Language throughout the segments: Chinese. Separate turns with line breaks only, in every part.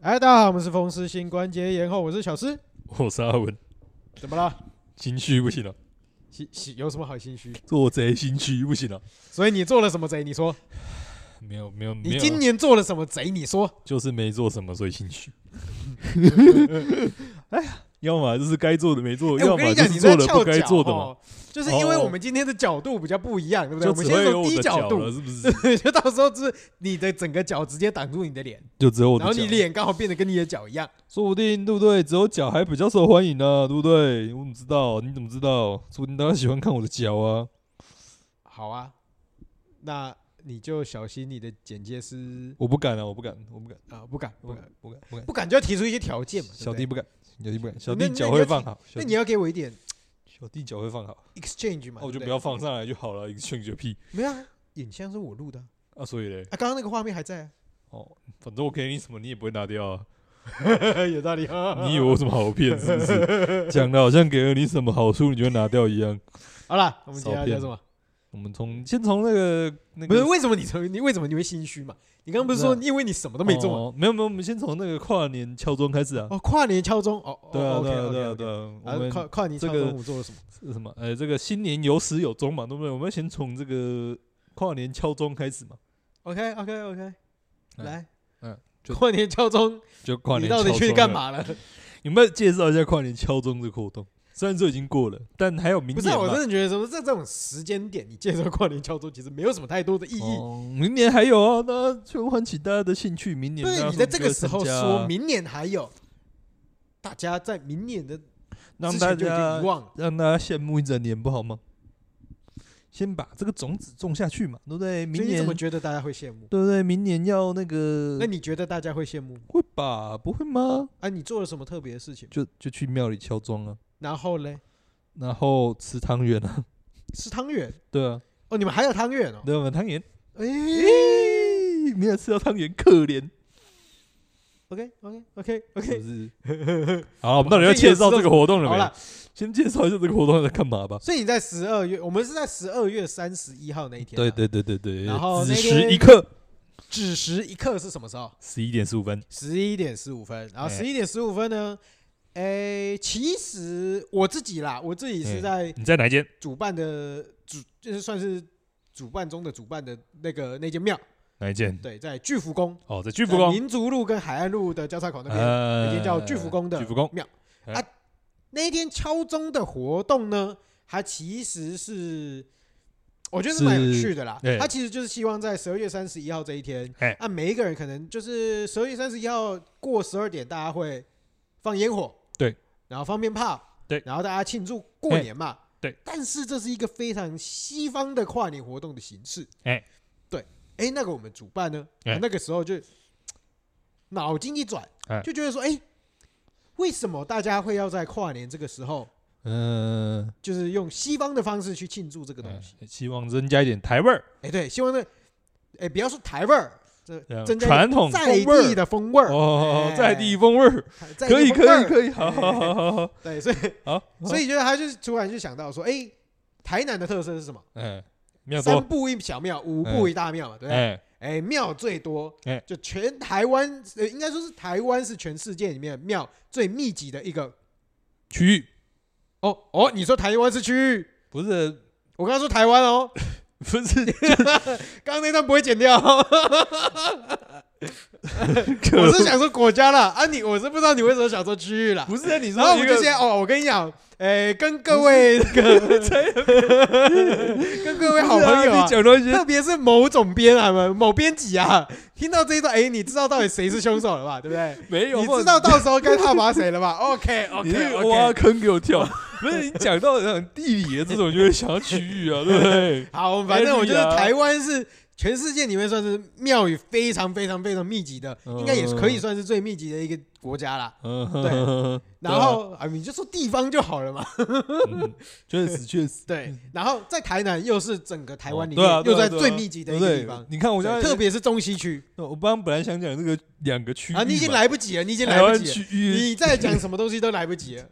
嗨，哎大家好，我们是风湿性关节炎后，我是小诗。
我是阿文，
怎么了？
心虚不行了、
心心有什么好心虚？
做贼心虚不行了、啊
所以你做了什么贼？你说，
没有没有没有，
你今年做了什么贼？你说，
就是没做什么，所以心虚。 哎呀，要么就是该做的没做，
哎
要
我跟
么
你
就
讲，你
是做
在
了
翘
不该
脚
做的嘛，
哦，就是因为
哦
我们今天的角度比较不一样，对不对？
就
我们
只
先
会有
从
我
低
的
角
了，
度，
是不是？
就到时候就是你的整个脚直接挡住你的脸，
就只有我
然
的
后你
脚，
脸刚好变得跟你的脚一样。
说不定对不对？只有脚还比较受欢迎呢、对不对？我怎么知道？你怎么知道？说不定大家喜欢看我的脚啊。
好啊，那你就小心你的简介是
我不敢啊，我不敢，我不敢，
啊，不敢
不
不敢
敢，不敢，不敢。
不敢就要提出一些条件嘛。对
小
不对
弟，不敢，小弟不敢，小
那
弟
那
脚
你
会
要
放
提
好，小
那
弟
你要给我一点
小弟脚会放好，
exchange 嘛？
那我哦就
对
不要放上来就好了，一个炫个屁
没有啊，影像是我录的啊，
啊！所以嘞，
啊刚刚那个画面还在啊。
哦，反正我给你什么你也不会拿掉啊！
有 道理啊
你以为我有什么好骗是 不是？讲的好像给了你什么好处你就会拿掉一样。
好了，我们今天要聊
少骗
什么？
我们从先从那个那个
不是为什么你从你为什么你会心虚嘛？你刚刚不是说
不
因为你什么都没啊做嘛？
哦，没有没有，我们先从那个跨年敲钟开始啊。
哦，跨年敲钟哦，
对啊
o
对
k
啊对啊
OK
对
OK。
啊，我
啊，
们
跨跨年敲
这
钟
个
我们做了什么？
是什么？呃，这个新年有始有终嘛，对不对？我们要先从这个跨年敲钟开始嘛。
OK OK OK，
嗯
来，
嗯就
跨年敲钟，
就跨
你
年
到底
敲
去
钟
干
了？
嘛了？
有没有介绍一下跨年敲钟这个活动？虽然说已经过了，但还有明
不是
年
啊，我
嘛
真的觉得什么在这种时间点，你介绍跨年敲钟其实没有什么太多的意义。
哦，明年还有啊，那就唤起大家的兴趣。明年
不
大
是
家
你在
都
这
可以
个时候
参加
说明年还有，大家在明年的
让
之
大
前就已经
家
遗忘了。
让大家羡慕一整年不好吗？先把这个种子种下去嘛，对不对？
所
明
以你
年
怎么
对
觉得大家会羡慕？
不对？明年要那个
那你觉得大家会羡慕
会吧？不会吗？
啊？你做了什么特别的事情？
就就去庙里敲钟啊，
然后嘞，
然后吃汤圆啊，
吃汤圆
对啊，
哦，你们还有汤圆哦。
对啊吧？汤圆，
哎
咦，没有吃到汤圆，可怜，
，OK OK OK
是
OK，
不是？ 好，我们到底要介绍这个活动了
好
没
了
有？，先介绍一下这个活动在干嘛吧。
所以你在十二月，我们是在十二月三十一号那一天、啊
对，对对对对，
然后
子
那
时
天
一刻，
子时一刻是什么时候？
十一点十五分，
十一点十五分，然后
哎
十一点十五分呢？哎，其实我自己啦，我自己是
哎
在
你在哪一间？
主办的主，就是算是主办中的主办的那个那间庙，
哪一间？
对，在巨福宫，
哦，在巨
在
福宫，
呃民族路跟海岸路的交叉口那边，
呃
有一间叫巨福宫的
巨福宫
庙
哎
啊。那一天敲钟的活动呢，它其实是我觉得是蛮有趣的啦
是。哎
它其实就是希望在十二月三十一号这一天
哎，
啊，每一个人可能就是十二月三十一号过十二点，大家会放烟火，
对，
然后放鞭炮，
对
然后大家庆祝过年嘛，
对。
但是这是一个非常西方的跨年活动的形式，
哎，
对，哎，那个我们主办呢，啊
哎
那个时候就脑筋一转
哎，
就觉得说，哎，为什么大家会要在跨年这个时候，
嗯，
就是用西方的方式去庆祝这个东西？
希望增加一点台味儿，
哎，对，希望呢，哎，不要说台味儿，这
这样
增加一
传统
点在
风味
地
儿
的风味儿，
哦
哎，
在地风味儿，
在
可
地
以
风
可
味儿
以哦可以，好好好好好
对，所以
好，
所以觉得他就是突然就想到说，哎，台南的特色是什么？
嗯，妙
三
多，
步一小庙，五步一大庙嘛，对不对？
哎，
哎，庙最多
哎，
就全台湾，呃，应该说是台湾是全世界里面庙最密集的一个
区域
哦哦，你说台湾是区域？
不是
我刚刚说台湾哦，
不是
刚刚那段不会剪掉。我
可
是想说国家啦，啊你，我是不知道你为什么想说区域啦。
不是啊你
然后
说
我
一
们就
个
先哦，我跟你讲，诶，跟各位那个， 跟各位好朋友
不是啊
啊
你，讲到一些
特别是某总编啊，某编辑啊，听到这一段，诶，你知道到底谁是凶手了吧？对不 对？
没有，
你
不
知道到时候该踏伐谁了 吧？OK OK
你那个挖
OK，
坑给我跳， 不是你讲到那种地理的这种，就会想到区域啊，对不对？
好，反正我觉
Area
得
啊
台湾是全世界里面算是庙宇非常非常非常密集的，应该也是可以算是最密集的一个国家啦。
嗯，
然后啊，你就说地方就好了嘛。
嗯确实确实，
对，然后在台南又是整个 台湾里
对
面
啊嗯对
又
啊
在
对啊
最密集的一个
对
地方，
你看我现
对
在
特别是中西区
我刚刚本来想讲这个两个区域嘛，
啊，你已经来不及了，你已经来
台
不
湾
及了，
区域
你再讲什么东西都来不 及了。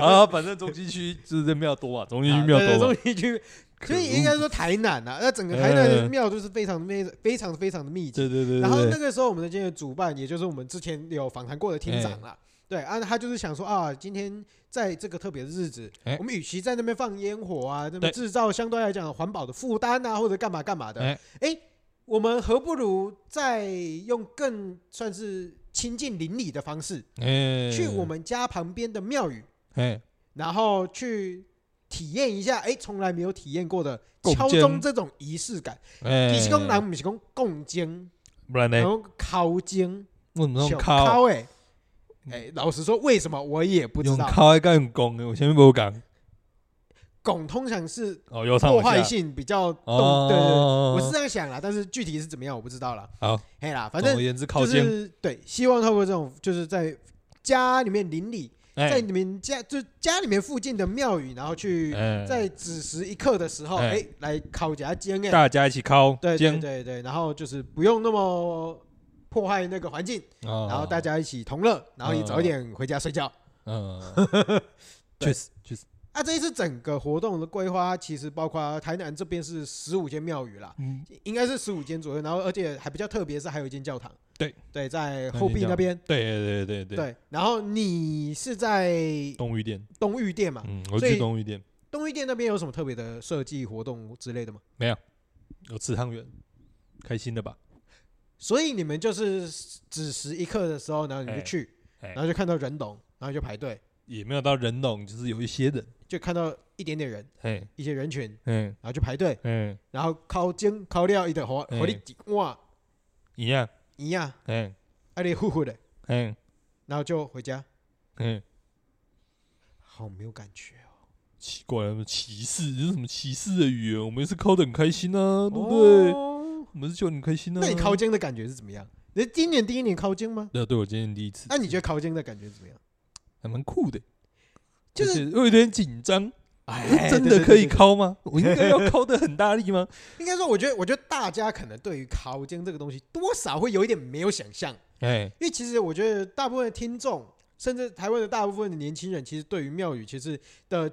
啊，反正中西区就是庙多啊，中西区
啊
庙
对对
多
中
嘛，
西区所以应该说台南啊，那整个台南
呃
的庙就是非常非非常非常的密集。
对对对对对，
然后那个时候我们的今天的主办，也就是我们之前有访谈过的厅长
哎
啦，对啊，他就是想说啊，今天在这个特别的日子
哎，
我们与其在那边放烟火啊，那么
对
制造相对来讲环保的负担啊，或者干嘛干嘛的，
哎
哎，我们何不如再用更算是亲近邻里的方式，
哎
去我们家旁边的庙宇，
哎
然后去。体验一下，哎，从来没有体验过的
共
敲
建
钟这种仪式感。
哎，
其实讲人不是讲共建，
不然呢
然？后敲钟，
我们
小
用靠，
哎、哎、老实说，为什么我也不知
用
道。
靠还干拱的，我前面没有讲
拱通常是
哦，有上
破
有
坏
下
性比较动，
哦，
对对对，
我
我是这样想啦，但是具体是怎么样我不知道啦。
好，
嘿啦，反
总而
正
言之靠
就
肩，
是对，希望透过这种就是在家里面邻里，在
哎
你们家就家里面附近的庙宇，然后去
哎，
在子时一刻的时候，
哎
哎、来烤夹煎哎，
大家一起靠
对对
肩，
对对，然后就是不用那么破坏那个环境，
然
然后大家一起同乐，然
哦
后你早一点回家睡觉。
嗯，确
对
实确实，
啊，这一次整个活动的规划，其实包括台南这边是十五间庙宇啦，
嗯，
应该是十五间左右，然后而且还比较特别是还有一间教堂，
对
对，在后壁那边，
对对对对，
对，然后你是在
东玉店，
东玉殿嘛？
嗯，我
啊所以
去东玉店，
东玉殿那边有什么特别的设计活动之类的吗？
有吃汤圆，开心的吧？
所以你们就是子时一刻的时候，然后你就
哎
去，
哎
然后就看到人龙，然后就排队，
也没有到人拢，就是有一些人，
就看到一点点人，
嘿，
一些人群，
嗯
然后就排队，
嗯，
然后靠肩靠料一的火
哎
火力几哇
一样，
一样，
嗯
啊你呼呼的，
嗯
然后就回家。
嗯，
好没有感觉哦。
奇怪，什么歧视？这是什么歧视的语言？我们是靠的很开心啊，对不对？
哦
我们是求你开心啊。
那你考？肩的感觉是怎么样？你今年第一年考肩吗？啊
对，对我今天第一次，
那、你觉得考肩的感觉怎么样？
还蛮酷的，
就是
而且我有点紧张。
哎
真
对对
的可以
对对
敲吗？我应该要敲的很大力吗？
应该说，我觉得，我觉得大家可能对于考肩这个东西，多少会有一点没有想象，
哎，
因为其实我觉得大部分的听众，甚至台湾的大部分的年轻人，其实对于庙宇其实的。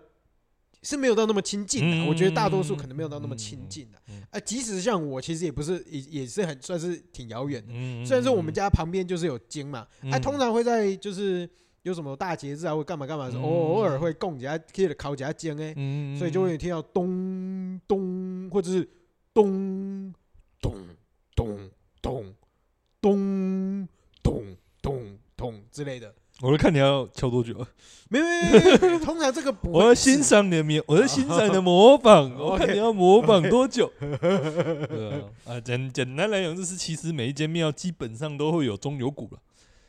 是没有到那么亲近的、
嗯
我觉得大多数可能没有到那么亲近的、啊
嗯嗯嗯。
即使像我，其实也不是，也也是很算是挺遥远的。
嗯
虽然说我们家旁边就是有经嘛，哎、
嗯
通常会在就是有什么大节日啊，或干嘛干嘛的时候，
嗯
偶尔会供几下，贴着烤几下经哎，
嗯
所以就会听到咚咚，或者是咚咚咚咚咚咚咚咚之类的。
我就看你要敲多久。
没有没有没有没有，通常这个不
我
会
要
是
欣赏你的名，我在欣赏你 的模仿，
哦
我看你要模仿多 久。对啊啊，简简单来讲，就是其实每一间庙基本上都会有钟有鼓了。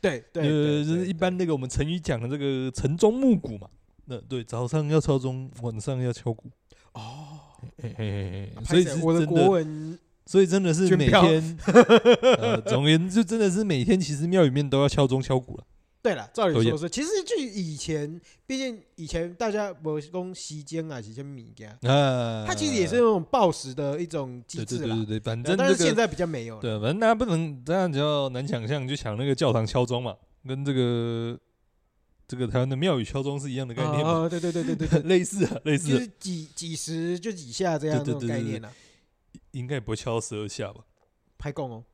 对对
呃，
对，
就是一般那个我们成语讲的这个晨钟暮鼓嘛。那对，早上要敲钟，晚上要敲鼓。
哦。
嘿嘿嘿嘿，
拍
所以
谁
是
我的
真
国
的，
文
所以真的是
卷
每
票
天， 呃，总而言之，就真的是每天，其实庙里面都要敲钟敲鼓了。
对了，照
都
理
有
说是，其实就以前，毕竟以前大家不是讲西间啊，西间米家，
啊，
它其实也是那种暴食的一种机
对
制
对对
啦
对。对，反
对啊
正
但
这
是现
个
在比较没有了。
对，反正大家不能这样比较难想象，就抢那个教堂敲钟嘛，跟这个这个台湾的庙宇敲钟是一样的概念嘛，
啊，对对对对对对，
类似啊，类
就
似啊，
是几几十就几下这样那
对对
种
对对
概念啊，
应该也不会敲十二下吧？
拍供哦。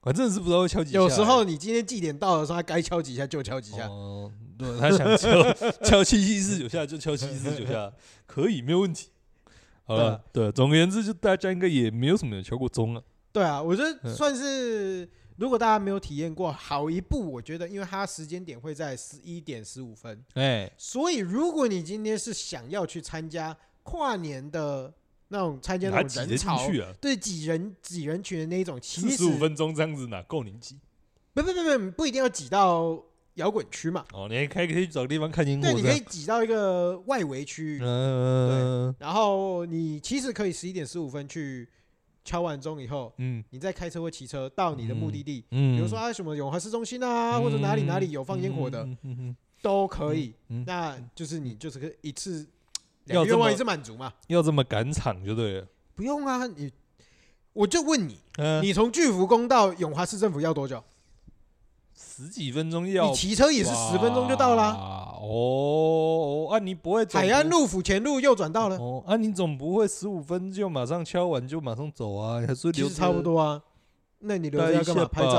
反正是不知道会敲几下欸。
有时候你今天祭典到的时候，他该敲几下就敲几下。
哦，对，他想敲敲七七四九下就敲七七四九 下，可以没有问题。好了，对，啊总而言之，就大家应该也没有什么人敲过钟了。
对啊，我觉得
嗯
算是，如果大家没有体验过，好一步，我觉得，因为它时间点会在十一点十五分，
哎，
所以如果你今天是想要去参加跨年的那种参加
哪
那
挤
种
得
人
进
潮，
去啊？
对挤人挤人群的那一种，其
四
实
十五分钟这样子哪够你挤？
不不不不不一定要挤到摇滚区嘛，
哦，你还可以可以找个地方看烟火
对，你可
这样
以。挤到一个外围区域，
嗯，
然后你其实可以十一点十五分去敲完钟以后，
嗯
你再开车或骑车到你的目的地，
嗯，
比如说啊什么永和市中心啊，或者哪里哪里有放烟火的、
嗯，嗯嗯嗯
都可以。
嗯嗯
那就是你就是可以一次两
要
个
这
愿望
么
一次满足嘛，
要这么赶场就对了。
不用啊你。我就问你，
嗯，
你从巨福宫到永华市政府要多久？
十几分钟要
你骑车也是十分钟就到啦、
哇哦，啊，你不会总
海
不
安路府前路右转到了，
哦，啊，你总不会十五分就马上敲完就马上走啊？你还是
其
留
实
着
差不多啊。那你留
待
着要
一
干
下
嘛？拍照？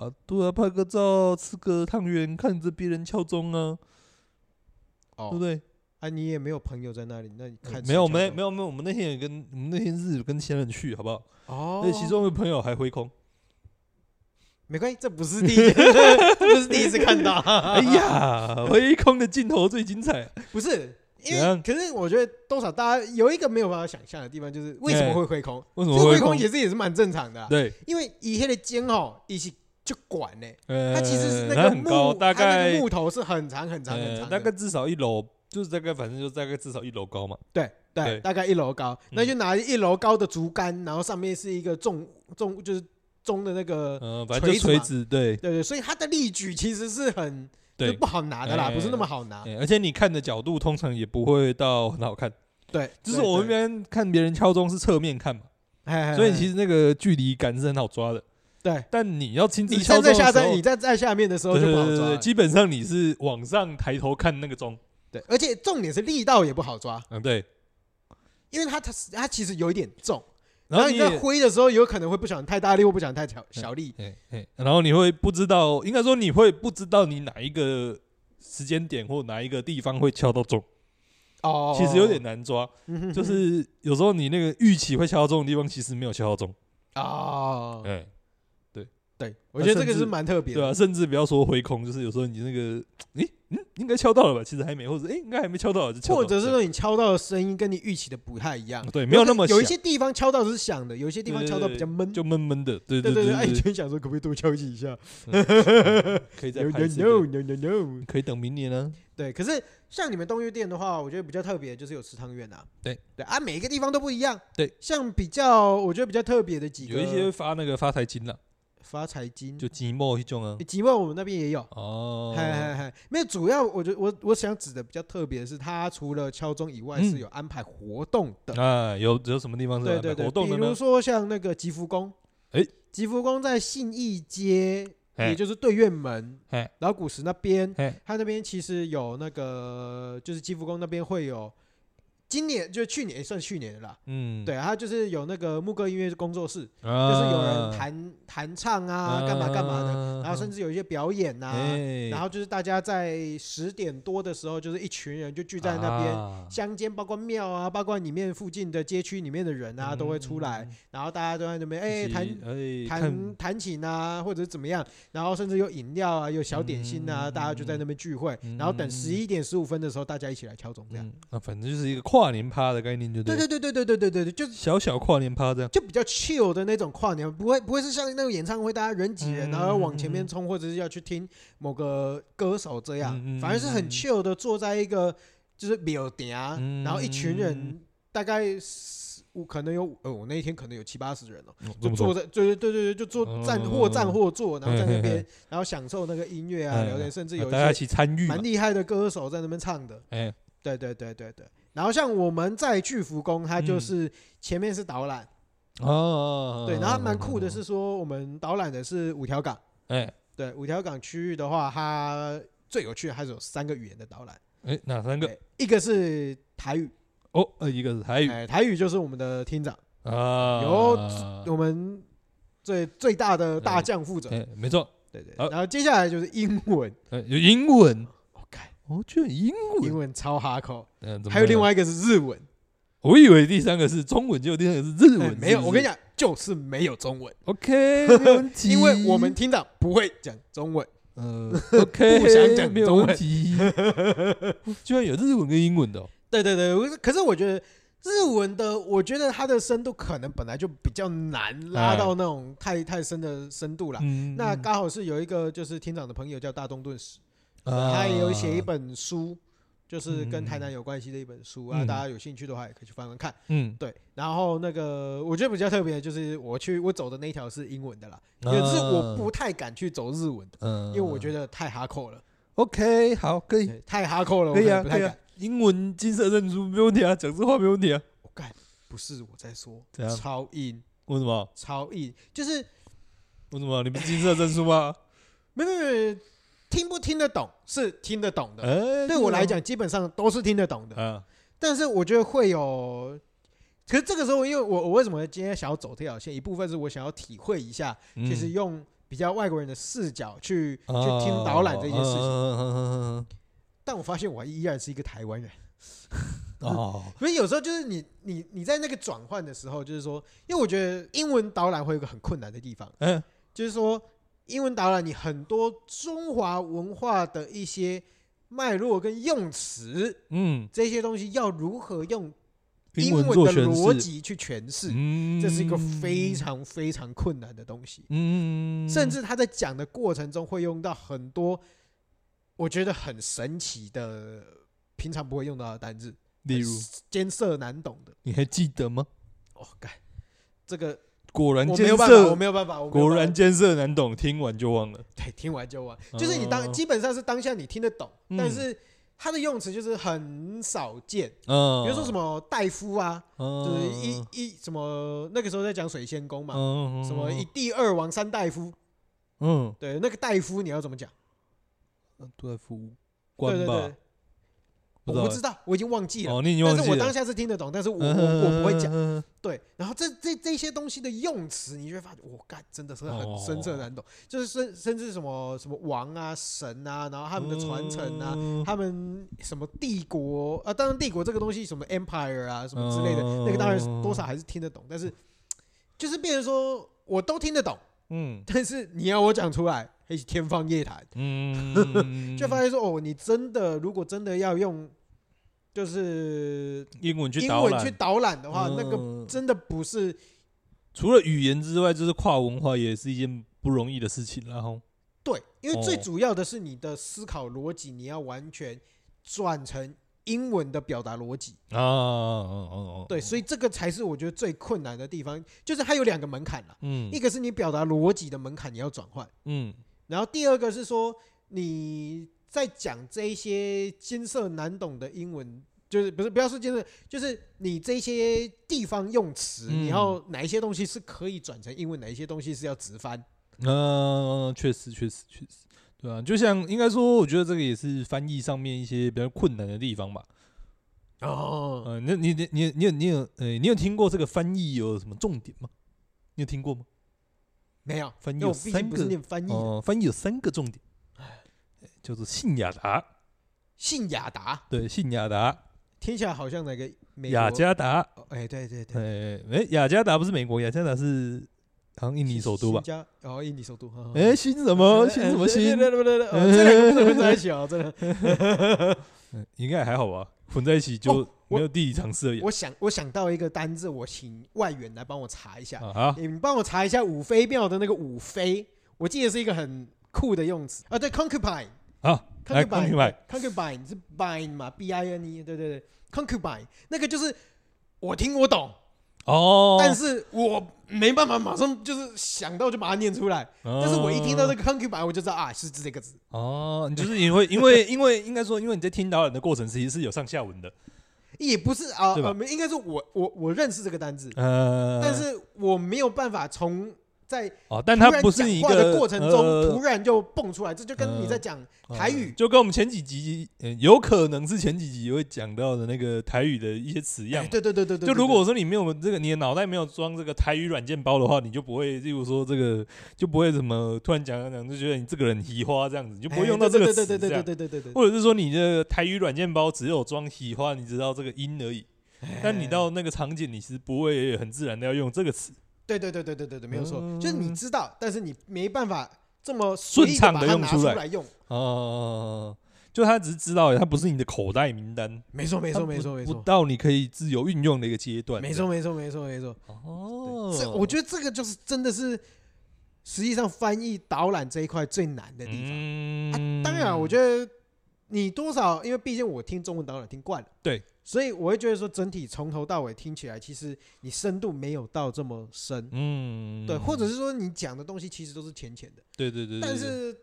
吧。对啊，拍个照，吃个汤圆，看着别人敲钟啊，对不
哦，
对？
啊，你也没有朋友在那里，那你看
没有，没
没
没有没有，我们那天也跟我们那天是跟前任去，好不好？
哦
那、，其中一个朋友还挥空，
没关系，这不是第一， 这不是第一次看到。
哎呀，挥空的镜头最精彩。
不是，因
怎
为
样
可是我觉得多少大家有一个没有办法想象的地方，就是为什么
哎
会挥空？
为什
这
么
挥
挥
空其实也是蛮正常的啊、
对，
因为以黑的尖哦，一起就管呢、
呃，
它其实是那
它
个
很
木，
高，
它
大
那
概
个木头是很长很长很
呃
长
大
的，
概至少一楼，就是大概反正就大概至少一楼高嘛。
对对，
对嗯
大概一楼高，那就拿一楼高的竹竿，然后上面是一个重重就是重的那个，
嗯，反正就
锤子
锤
嘛
子，对
对对，所以它的力矩其实是很就
对
不。好拿的啦，
哎
不是那么好拿，
哎而且你看的角度通常也不会到很好看，
对，
哎就是我们一
对，哎
边看别人敲钟是侧面看嘛，所以其
实
实那个距离感是很好抓的。
对
但你要亲自
你
敲
站
钟
在
的时
下
候，
山，你站在下面的时候
对
就
对
不好
对
抓
对，
了，
基本上你是往上抬头看那个钟，
对，而且重点是力道也不好抓，
嗯对，
因为它它它其实有一点重，
然后
你
你
在
也
挥的时候有可能会不想太大力或不想太小小力，
哎哎，然后你会不知道，应该说你会不知道你哪一个时间点或哪一个地方会敲到钟，
哦，
其实有点难抓。
嗯哼哼，
就是有时候你那个预期会敲到钟的地方，其实没有敲到钟。
哦，
哎，
对，我觉得这个
甚至
是蛮特别
对
的，
啊，甚至不要说回空，就是有时候你那个，诶，嗯，应该敲到了吧？其实还没，或者诶，应该还没敲到，啊就敲到了
或者是
这样
说你敲到的声音跟你预期的不太一样，
对，没有
可
那么
有一
响
些地方敲到是响的，有一些地方敲到比较闷，
就闷闷的，对
对
对
对，哎，
对
就想说可不可以多敲击一下
对，可以再
？No
拍
no
一次，
no no no no，
可以等明年啊呢。
对，可是像你们东岳店的话，我觉得比较特别就是有吃汤圆啊，
对
对啊，每一个地方都不一样，
对，
像比较我觉得比较特别的几个
有一些发那个发财金了，
发财金，
就寂寞一种啊。
吉万我们那边也有。
哦，
嗨嗨嗨，没有，主要我觉得我我想指的比较特别的是，它除了敲钟以外，
嗯
是有安排活动的。
啊，有有什么地方是
对
安
对
排
对，
活动
比
的
如
呢？
说像那个吉福宫，
哎，
吉福宫在信义街，
哎
也就是对院门
哎、
老古石那边，
哎，
它那边其实有那个，就是吉福宫那边会有，今年就去年也算去年的啦。
嗯，
对，它就是有那个牧歌音乐工作室，
啊，
就
就是
有人弹弹唱啊，干嘛干嘛的，
的
然后甚至有一些表演呐、
哎，
然后就是大家在十点多的时候，就是一群人就聚在那边，
啊
乡间包括庙啊，包括里面附近的街区里面的人
嗯
啊，都会出来，，然后大家都在那边哎
一起
弹
哎
弹
看
弹琴啊，或者是怎么样，然后甚至有饮料啊，有小点心啊，
嗯
大家就在那边聚会，然后等
嗯
十一点十五分的时候，大家一起来敲钟这样。
嗯，啊，反正就是一个跨年趴的概念，就
对
对
对对对对对对对对，就是。
小小跨年趴这样。
就比较 chill 的那种跨年，不会不会是像那种演唱会，大家人挤人，
嗯
然后往前面冲，或者是要去听某个歌手这样，
嗯嗯
反而是很
嗯
chill 的坐在一个就是庙顶啊，
嗯
然后一群人大概十五可能有五呃，我那一天可能有七八十人哦、就坐
啊
在对对对对对，就坐站
嗯
或站或坐，然后在那
嘿嘿
边
嘿，
然后享受那个音乐啊，
嗯
聊天，
嗯
甚至
啊
有一
大家一
些
起参与嘛
蛮，厉害的歌手在那边唱的，
哎，
对对对对对。然后像我们在巨福宫，它
嗯
就是前面是导览，
哦，
啊对，然后蛮酷的是说，我们导览的是五条港，
哎，
对，五条港区域的话，它最有趣的还是有三个语言的导览，
哎，哪三个？
对一个是台语，
哦，呃，一个是台语
哎，台语就是我们的厅长，
啊，
哎有我们最最大的大将负责，
哎，没错，
对对。
好
然后接下来就是英文
哎有英文，
，OK，
哦，居然英
英
文，
文超哈口，
嗯，怎么
还有另
了，
外一个是日文，
我以为第三个是中文，结果第三个是日
哎
文，
没有，我跟你
讲
讲，就是没有中文，
，OK，没问题，
因为我们厅长不会讲中文，
呃，OK，
不想讲
没有
中文
问题，居然有日文跟英文的哦，
对对对，我是可是我觉得日文的，我觉得它的深度可能本来就比较难拉
哎
到那种太太深的深度了。
嗯
啊那
嗯
刚好是有一个就是厅长的朋友叫大东顿史，
啊
他也有写一本书，就是跟台
嗯
南有关系的一本书啊，
嗯
大家有兴趣的话也可以去翻翻看。
嗯，
对，然后那个我觉得比较特别的就是我去我走的那一条是英文的啦，可是我不太敢去走日文的，
嗯，
因为我觉得太哈扣了，
OK，好，可以，
对太哈扣了，我
可以啊，
不
可
太
以
敢
啊。，英文金色证书没问题啊，讲这话没问题啊。
我干，不是我在说
怎，样
超硬。
为什么？
超硬，就是
为什么？你不是金色证书吗？
没没没，听不听得懂是听得懂的，
哎，
对我来，讲基本上都是听得懂的。
嗯
但是我觉得会有，可是这个时候，因为我我为什么今天想要走这条线，一部分是我想要体会一下，
嗯，
就是用比较外国人的视角去去
啊
听导览这件事情。
嗯嗯嗯嗯嗯
但我发现我依然是一个台湾人，
嗯哦，
所以有时候就是你你你在那个转换的时候，就是说，因为我觉得英文导览会有一个很困难的地方，
嗯
就是说英文导览你很多中华文化的一些脉络跟用词
嗯，
这些东西，要如何用英
英
文
文做
的
诠
逻
释，
辑去诠释？
嗯，
这是一个非常非常困难的东西，
嗯，
甚至他在讲的过程中会用到很多我觉得很神奇的、平常不会用到的单字，
例如，
艰涩难懂的。
你还记得吗？
哦，干，这个
果然
我没
艰
有办法，我
涩，
没有办法，我没有
果
办法
然艰涩难懂，听完就忘了。
对，听完就忘，就是你
哦
当基本上是当下你听得懂，
嗯
但是它的用词就是很少见，
嗯，
比如说什
么，
么戴夫啊，就是一
嗯，
一什么那个时候在讲水仙宫嘛，
嗯，
什么一帝二王三大夫，
嗯，
对，那个大夫你要怎么讲？
嗯，杜来福
对
官
对
吧
对，，我不知道，我已经忘记
道
了。
哦，你已经忘
但
记了，
是我当下是听得懂，但是我我
嗯
我不会讲。
嗯
对，然后这这这些东西的用词，你就会发现，我干真的是很
哦
深涩难懂，就是甚甚至什么什么王啊、神啊，然后他们的传承啊，
嗯
他们什么帝国啊，当然帝国这个东西什么 empire 啊什么之类的，
嗯
那个当然是多少还是听得懂，但是就是变成说我都听得懂，
嗯
但是你要我讲出来，还是天方夜谭，
嗯，
就发现说哦，你真的如果真的要用就是
英文去
英
导
文
览
去导览的话，那个
嗯
真的不是
除了语言之外，就是跨文化也是一件不容易的事情，然后
对，因为最
哦
主要的是你的思考逻辑，你要完全转成英文的表达逻辑。
啊，哦哦，
对，所以这个才是我觉得最困难的地方，就是它有两个门槛啦，
嗯
一个是你表达逻辑的门槛你要转换，
嗯
然后第二个是说你在讲这一些艰涩难懂的英文，就是不是不要说艰涩，就是你这些地方用词，
嗯
你要哪一些东西是可以转成英文，哪一些东西是要直翻。
嗯，确实确实确实，对啊，就像应该说，我觉得这个也是翻译上面一些比较困难的地方吧。
哦，
嗯，那你你你你有你有呃，你有听过这个翻译有什么重点吗？你有听过吗？
没有，
翻译
因为
有
我毕竟
三
不是
个
念翻译的，
哦，翻译有三个重点，叫做信雅达，
信雅达
对，信雅达、
听起来好像哪个美国
雅，加达，
哦哎，对对对，
哎哎，雅加达不是美国，雅加达是好像印尼首都吧
新？加哦，印尼首都，哈哈
哎，新什么新什么
对
新？
对对对对，哦这两个不能混在一起哦，真的。
嗯应该还好吧，混在一起就
哦我
没有地理常识而已。
我想我想到一个单字，我请外援来帮我查一下。
啊好，
你们帮我查一下五妃庙的那个五妃，我记得是一个很酷的用词啊，对，concubine。
好，来
concubine，
明白。
concubine 是 bind 嘛，b i n e，对对对，concubine 那个就是我听我懂，
哦，
但是我没办法马上就是想到就把它念出来，
哦
但是我一听到这
个，
个 concubine 我就知道啊是这个字，
哦，你就是因为因为因为应该说，因为你在听导览的过程，其实是有上下文的，
也不是啊，
对吧
呃，没应该是我我我认识这个单字，
呃，
但是我没有办法从在
哦，但
突
它
然
不是
讲
一
话的
个
过程
呃
中突然就蹦出来，这就跟你在讲台
嗯
语。哎
就跟我们前几集，呃有可能是前几集会讲到的那个台语的一些词样
哎。对对对对对，
就
对
如果说你没有这个，你的脑袋没有装这个台语软件包的话，你就不会，例如说这个，就不会怎么突然讲讲讲，就觉得你这个人移花这样子，你就
对
不会
哎
用到这个
对
词
对对
这
对
样。
对对对对对，
或者是说你的台语软件包只有装移花，你知道这个音而已，但
哎
你到那个场景，你是不会很自然的要用这个词。
对对对对对对对，没有错，
嗯
就是你知道，但是你没办法这么
顺畅
的
地用
拿
出
出
来
来用。
哦，就他只是知道，他不是你的口袋名单，
没错没
它
错
不
没错没
不
错
到你可以自由运用的一个阶段。
没错没错没错没错，
哦，
这我觉得这个就是真的是实际上翻译导览这一块最难的地方。
嗯
当然啊，我觉得你多少，因为毕竟我听中文导览听惯了，
对，
所以我会觉得说整体从头到尾听起来，其实你深度没有到这么深，
嗯，
对，或者是说你讲的东西其实都是浅浅的，
对对对，对
但是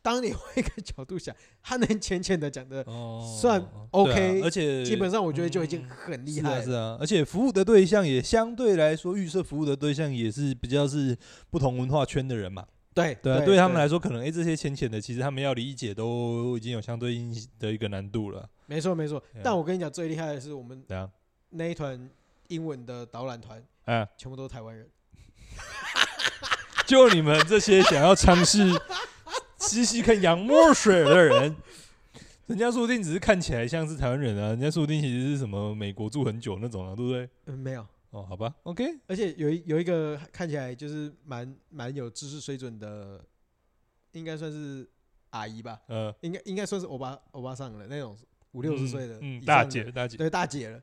当你换一个角度想，他能浅浅的讲的，
哦
算
对啊
OK，
而且
基本上我觉得就已经
嗯
很厉
是
害
啊
了。
是啊，而且服务的对象也相对来说，预设服务的对象也是比较是不同文化圈的人嘛，
对
对啊，对他们来说，可能哎、诶这些浅浅的，其实他们要理解都已经有相对应的一个难度了。
没错没错
对啊。
但我跟你讲，最厉害的是我们
怎样？
那一团英文的导览团，
啊，
全部都是台湾人。
就你们这些想要尝试吸吸看洋墨水的人，人家说不定只是看起来像是台湾人啊，人家说不定其实是什么美国住很久那种啊，对不对？
嗯，没有。
哦，好吧，OK，
而且有一有一个看起来就是蛮蛮有知识水准的，应该算是阿姨吧，
呃，
应该应该算是欧巴欧巴上了那种五六十岁的
嗯，嗯
以
大
上的
姐，大姐，
对大姐了，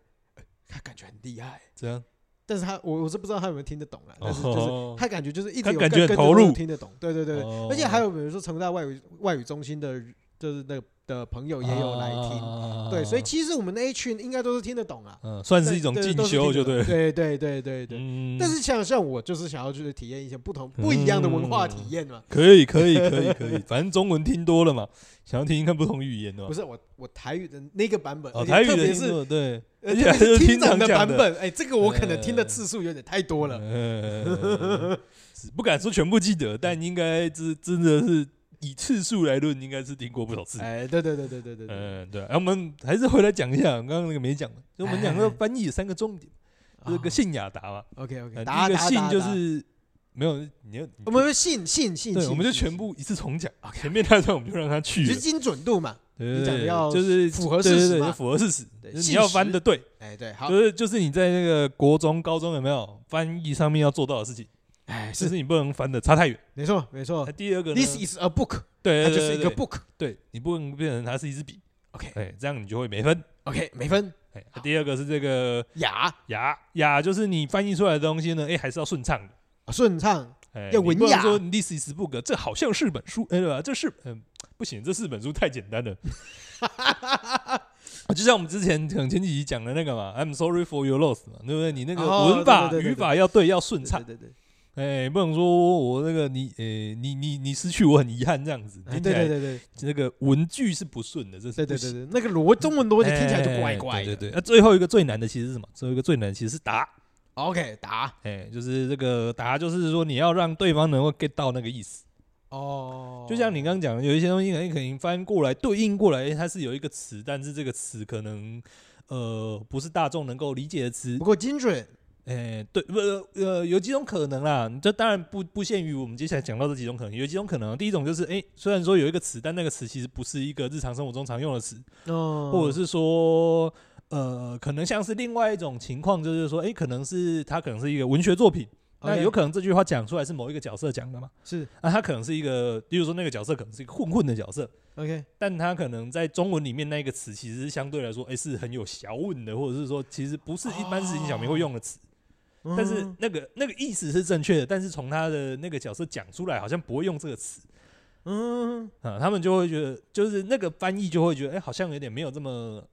她感觉很厉害，
这样，
但是她我我是不知道她有没有听得懂啦，但是就是
哦
她感觉就是一
她
直有
感
跟
觉很
跟着
投
我
入
听得懂，对对对对，
哦
而且还有比如说成大外语外语中心的，就是那个的朋友也有来听，
啊
对，所以其实我们那一群应该都是听得懂啊，
嗯，算是一种
对
进
都是听
修，
得
就
懂
对了。
对对对对对。
嗯
但是像像我就是想要去体验一些不同不一样的文化体验嘛。
可以，可以，可以，可以，反正中文听多了嘛，想要听一看不同语言的
不
嘛。
是我我台语的那个版本，
哦，
而且
台语
特
的
别
听
是
多了对，
呃
而且
特
还
别是
是
厅
长
长的
讲
版
的
本，哎，这个我可能听的
呃
次数有点太多了。
呃，是不敢说全部记得，但应该是真的是以次数来论，应该是听过不少次。
哎，对对对对对对对，
嗯，对。然后我们还是回来讲一下刚刚那个没讲的，就我们讲
哎啊
的
哎哎
翻译有三个重点，这个信雅达嘛，
OK
呃
OK，
第一
答
个
答
信
答
就
答
是没有你要，
我们信信信，
对，
信
我们就
信
全
信
部一次重讲，前面那段我们就让他去
只
了
是。精准度嘛。
对对
你讲
对
得要
就是
符合
对
事
对
实
对
嘛
就符合事实，
对
就是你
信
要翻
实
的对，
哎，对，好，
就是就是你在那个国中、高中有没有翻译上面要做到的事情，
哎，
就是是你不能翻的差太远。
没错没错
那第二个呢
，This is a book，
对，
它
对
就是一个，
对对
book。
对你不能变成它是一支笔，
OK
哎，这样你就会没分。
OK，没分
哎，那
好
第二个是这个
雅
雅雅，就是你翻译出来的东西呢，哎，还是要顺畅的，
啊顺畅，
哎，
要
你
文
不能
雅
说 this is book，这好像是本书，哎，对吧？这是嗯，不行，这四本书太简单了。 就像我们之前可能前几集讲的那个嘛，I'm sorry for your loss 嘛，对不对？你那个
哦
文法、
对对对对对
语法要对，要顺畅。
对对对
哎、不能说我那个你，哎、你你你失去我很遗憾这样子，
哎
听起
对对
来
对对
那个文句是不顺的，这是
对
不
对
行
对。对，那个逻中文逻辑听起来就
哎
怪怪的。
对对对，那、最后一个最难的其实是什么？最后一个最难的其实是答。
OK，答
哎、就是这个答，就是说你要让对方能够 get 到那个意思。
哦，
就像你刚刚讲的，有一些东西可能可能翻过来对应过来，哎它是有一个词，但是这个词可能呃不是大众能够理解的词
不。够精准，
哎、对，不呃，有几种可能啦。这当然不不限于我们接下来讲到这几种可能，有几种可能。第一种就是，哎、虽然说有一个词，但那个词其实不是一个日常生活中常用的词，
哦，
或者是说，呃，可能像是另外一种情况，就是说，哎、可能是它可能是一个文学作品，那
OK，
有可能这句话讲出来是某一个角色讲的嘛？
是
那它可能是一个，例如说那个角色可能是一个混混的角色，
OK，
但它可能在中文里面那个词其实相对来说，哎、是很有学问的，或者是说其实不是一般市井小民会用的词。但是
嗯
那个那个意思是正确的，但是从他的那个角色讲出来，好像不会用这个词
嗯，
啊、他们就会觉得，就是那个翻译就会觉得，哎、好像有点没有这么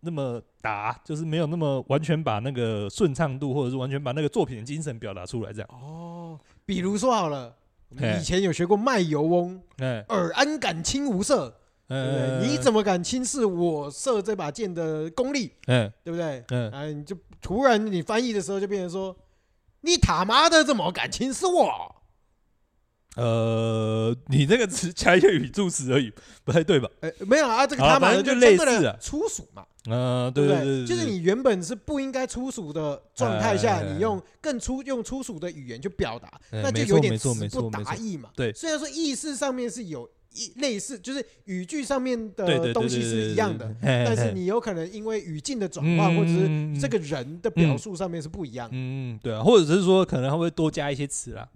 那么达，就是没有那么完全把那个顺畅度，或者是完全把那个作品的精神表达出来，这样，
哦，比如说好了，我
哎
们以前有学过卖油翁，
哎、
尔安敢轻吾射，对不
呃，
对？你怎么敢轻视我射这把剑的功力，
嗯
对不对？
嗯，
哎，你就突然你翻译的时候就变成说，你他妈的怎么敢轻视我？
呃，你那个只加粤语助词而已，不太对吧？
哎，没有啊，这个
好
他妈
反
的
正
相
就类
对来
似啊
粗俗嘛。
嗯、
对
对
不
对对，
就是你原本是不应该粗俗的状态
哎
下，
哎哎
你用更粗用粗俗的语言去表达，
哎
那就
没错
有点
没错
词
没
不
错没
达
错
意嘛。
对
虽然说意思上面是有一类似，就是语句上面
对对哎嗯
的东西是一样的，，但是你有可能因为语境的转换，或者是
是
这个人的表述上面是不一样的。
嗯，对啊，或者是说可能他会多加一些词啦，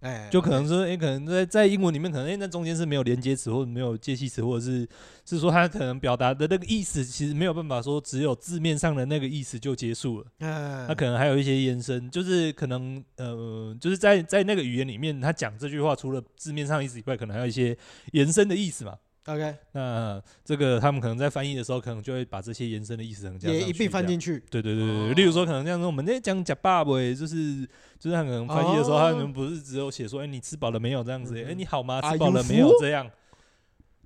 哎，
就可能说，哎、可能在在英文里面，可能哎、诶那中间是没有连接词或者没有介系词，或者是是说他可能表达的那个意思，其实没有办法说只有字面上的那个意思就结束了，
哎，
他可能还有一些延伸，就是可能呃，就是在在那个语言里面，他讲这句话除了字面上意思以外，可能还有一些延伸的意思嘛。
OK
那呃这个他们可能在翻译的时候，可能就会把这些延伸的意思可能加上
也一并
去这
翻
样
进去。
对对对对，
哦
例如说可能像是我们在讲假爸爸，就是就是他可能翻译的时候，
哦
他可能不是只有写说，哎，你吃饱了没有这样子，
嗯
哎，你好吗？
Are
吃饱了
you
没有
full？
这样。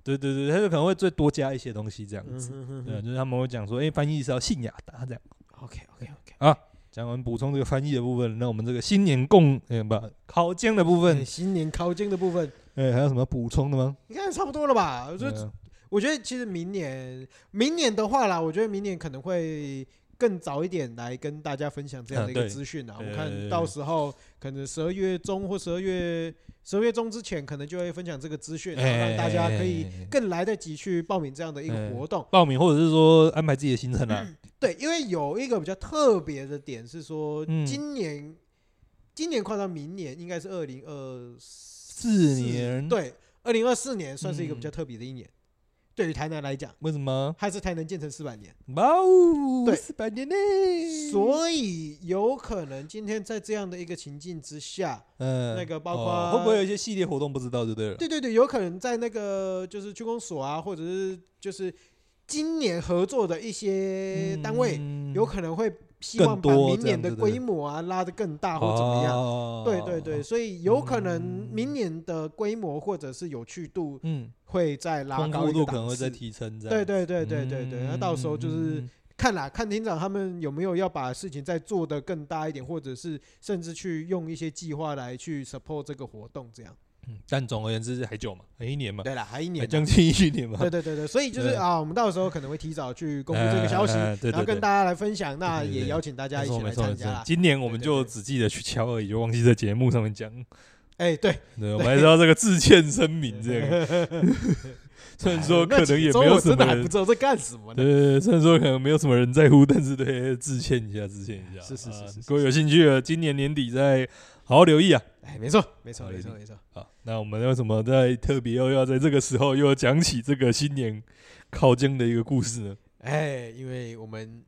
对对对，他就可能会再多加一些东西这样
嗯
子。
哼哼
对，啊
哼
就是他们会讲说，哎，翻译是要信雅达这样。
，OK OK OK，
啊讲完补充这个翻译的部分，那我们这个新年共呃不考经的部
哎
分，
新年靠近的部分，
哎，还有什么补充的吗？
应该差不多了吧？我觉得，
嗯
我觉得其实明年，明年的话啦，我觉得明年可能会更早一点来跟大家分享这样的一
嗯
个
对
资讯啊。我
对
们
对对
看到时候可能十二月中或十二月十二月中之前，可能就会分享这个资讯，然后让大家可以
哎
更来得及去报名这样的一个活动。
报名，或者是说安排自己的行程啊。
对，因为有一个比较特别的点是说，
嗯
今年今年跨到明年应该是二零二
四年
对，二零二四年算是一个
嗯
比较特别的一年，对于台南来讲，
为什么？
它是台南建成四百年，
哇哦，
对
四百年呢？嗯
所以有可能今天在这样的一个情境之下，
嗯，
那个包括
哦会不会有一些系列活动不知道就对了。
对对对，有可能在那个就是区公所啊，或者是就是今年合作的一些单位，
嗯
有可能会希望把
更多
明年
这样
的
子的
规模啊拉得更大或怎么样。
哦
对对对，，所以有可能明年的规模或者是有趣度
嗯，
会再拉
丰
高
富
一个
度可能
档
会再
次。
提升，这
对
样。
对对对对对，那到时候就是
嗯，嗯
看啦，看厅长他们有没有要把事情再做得更大一点，或者是甚至去用一些计划来去 support 这个活动，这样。
嗯嗯但总而言之是还久嘛，还一年嘛，
对啦，还一
还
年呢。
将近一年嘛。
对对对对，所以就是
哎对
啊，我们到时候可能会提早去公布这个消息，
哎哎哎对
然后
对
跟
对
大。家来分享，那
对对对
也邀请大家
没
一
错
起
没
来
错没
参加
错
啦，。
今年我们
对对
就
对
只记得去敲而已，就忘记在节目上面讲。
哎，对，
对，我们还是要这个致歉声明这 样。虽然说
哎那
可能
几
也
周
没有
我
什
真
么
的还
人
不，知道在干什么呢
对。对对，虽然说可能没有什么人在乎， 但是对，致歉一下，致歉一下。
是是是
啊
是是
各位有兴趣的，今年年底再好好留意啊。
哎，没错，没错，
好
没错，
嘞
没错。
好，那我们为什么在特别又要在这个时候又要讲起这个新年靠近的一个故事呢？
哎，因为我们，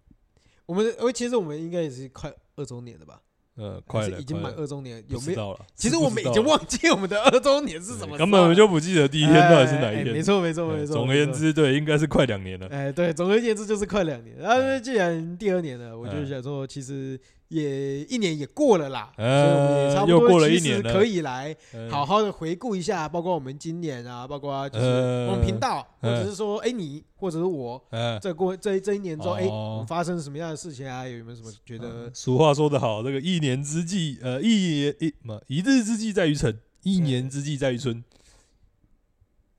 我们，呃，其实我们应该也是快二周年了吧？
呃，快
还
了，
是已经
快
满
了
二周年了，
不
有
知
没有？
道了？
其
是
实
不
我
知
们已
道
经
了
忘记我们的二周年是什么时候了，
对根本就不记得第一天到底是哪
哎
一
哎
天
没。错，没错，没
对
错。
总而
没
言
错，
之，对，应该是快两年了。
哎，对，总而言之就是快两年。然后
哎
既然第二年了，我就
嗯
想说，其实也一年也过了啦，所以
呃
我们也差不
又过了
多，
一
其
年
实
了
可以来
嗯
好，好的回顾一下，包括我们今年啊，包括就是
呃
我们频道，或
嗯
者是说，哎，你或者是我。
嗯，
这过这这一年中，哎，
哦
我们发生什么样的事情啊？有没有什么觉得
嗯？俗话说得好，这个一年之计，呃，一一嘛，一日之计在于晨，一年之计在于春。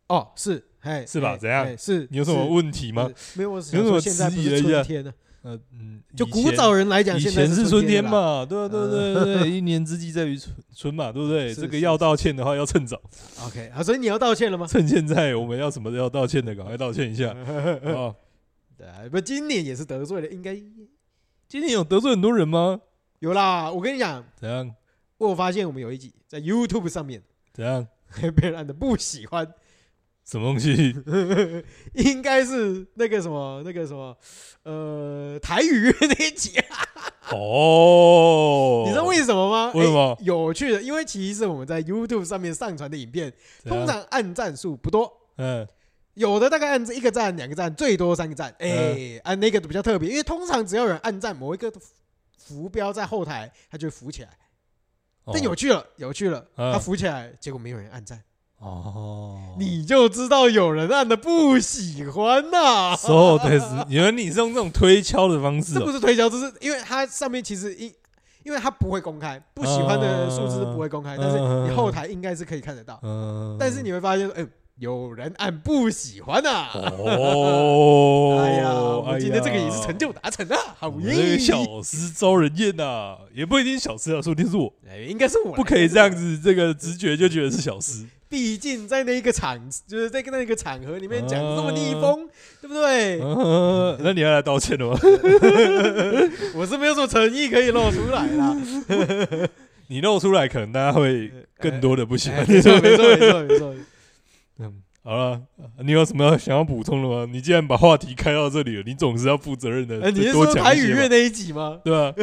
哦，是，哎，
是吧
哎
怎样
哎是
你有什么
是
问题吗？
是没有，我只
你有
想
什
说现在
么迟
不
疑了
是
一下
春天呢，啊
呃，嗯，
就
以
古
前
早人来讲，
以
现在
前
是
春
天
天
啦。
嘛，对啊对啊对啊对 啊，一年之计在于春春嘛，对不对？
是
这个
是
要
是
道歉的话，要趁早，
OK，啊，所以你要道歉了吗？
趁现在我们要什么都要道歉的，赶快道歉一 下啊！
对啊，不，今年也是得罪了，应该
今年有得罪很多人吗？
有啦。我跟你讲，
怎样
我有发现我们有一集在 YouTube 上面
怎样？
被人按的不喜欢，
什么东西？
应该是那个什么那个什么，呃，台语那一集啊、
哦，
你知道为什么吗？
为什么
哎有趣的，因为其实我们在 YouTube 上面上传的影片，
怎
哎通
样
常按赞数不多。
嗯
有的大概按一个赞、两个赞，最多三个赞。哎、按那个比较特别，因为通常只要有人按赞，某一个浮标在后台，它就会浮起来。
哦
但有趣了，有趣了，
嗯
它浮起来，结果没有人按赞，
哦，
你就知道有人按的不喜欢呐、
So this，原来你是用这种推敲的方式
这不
哦。
是推销，这是因为它上面其实因因为它不会公开，不喜欢的数字是不会公开，
嗯
但是你后台应该是可以看得到。
嗯，
但是你会发现，哎、有人按不喜欢呐、，
哦
哎呀，我们今天这个也是成
就，
就达成啊，好
我们这
耶！
个小师招人厌呐，也不一定小师啊，说不定是我，
哎应该是我
不可以这样，子，这个直觉就觉得是小师。
毕竟在那一个场，就是在那个场合里面讲得这么
啊
逆风，对不对？
嗯， 那你要来道歉 了吗？
我是没有什么诚意可以露出来 啦。
你露出来，可能大家会更多的不喜
哎
欢。
没错，没错，没错，没错。
嗯，好了，你有什么想要补充的吗？你既然把话题开到这里了，你总是要负责任的
哎，你是
多
说
讲
台
一些
语
嘛
乐那一集吗？
对啊，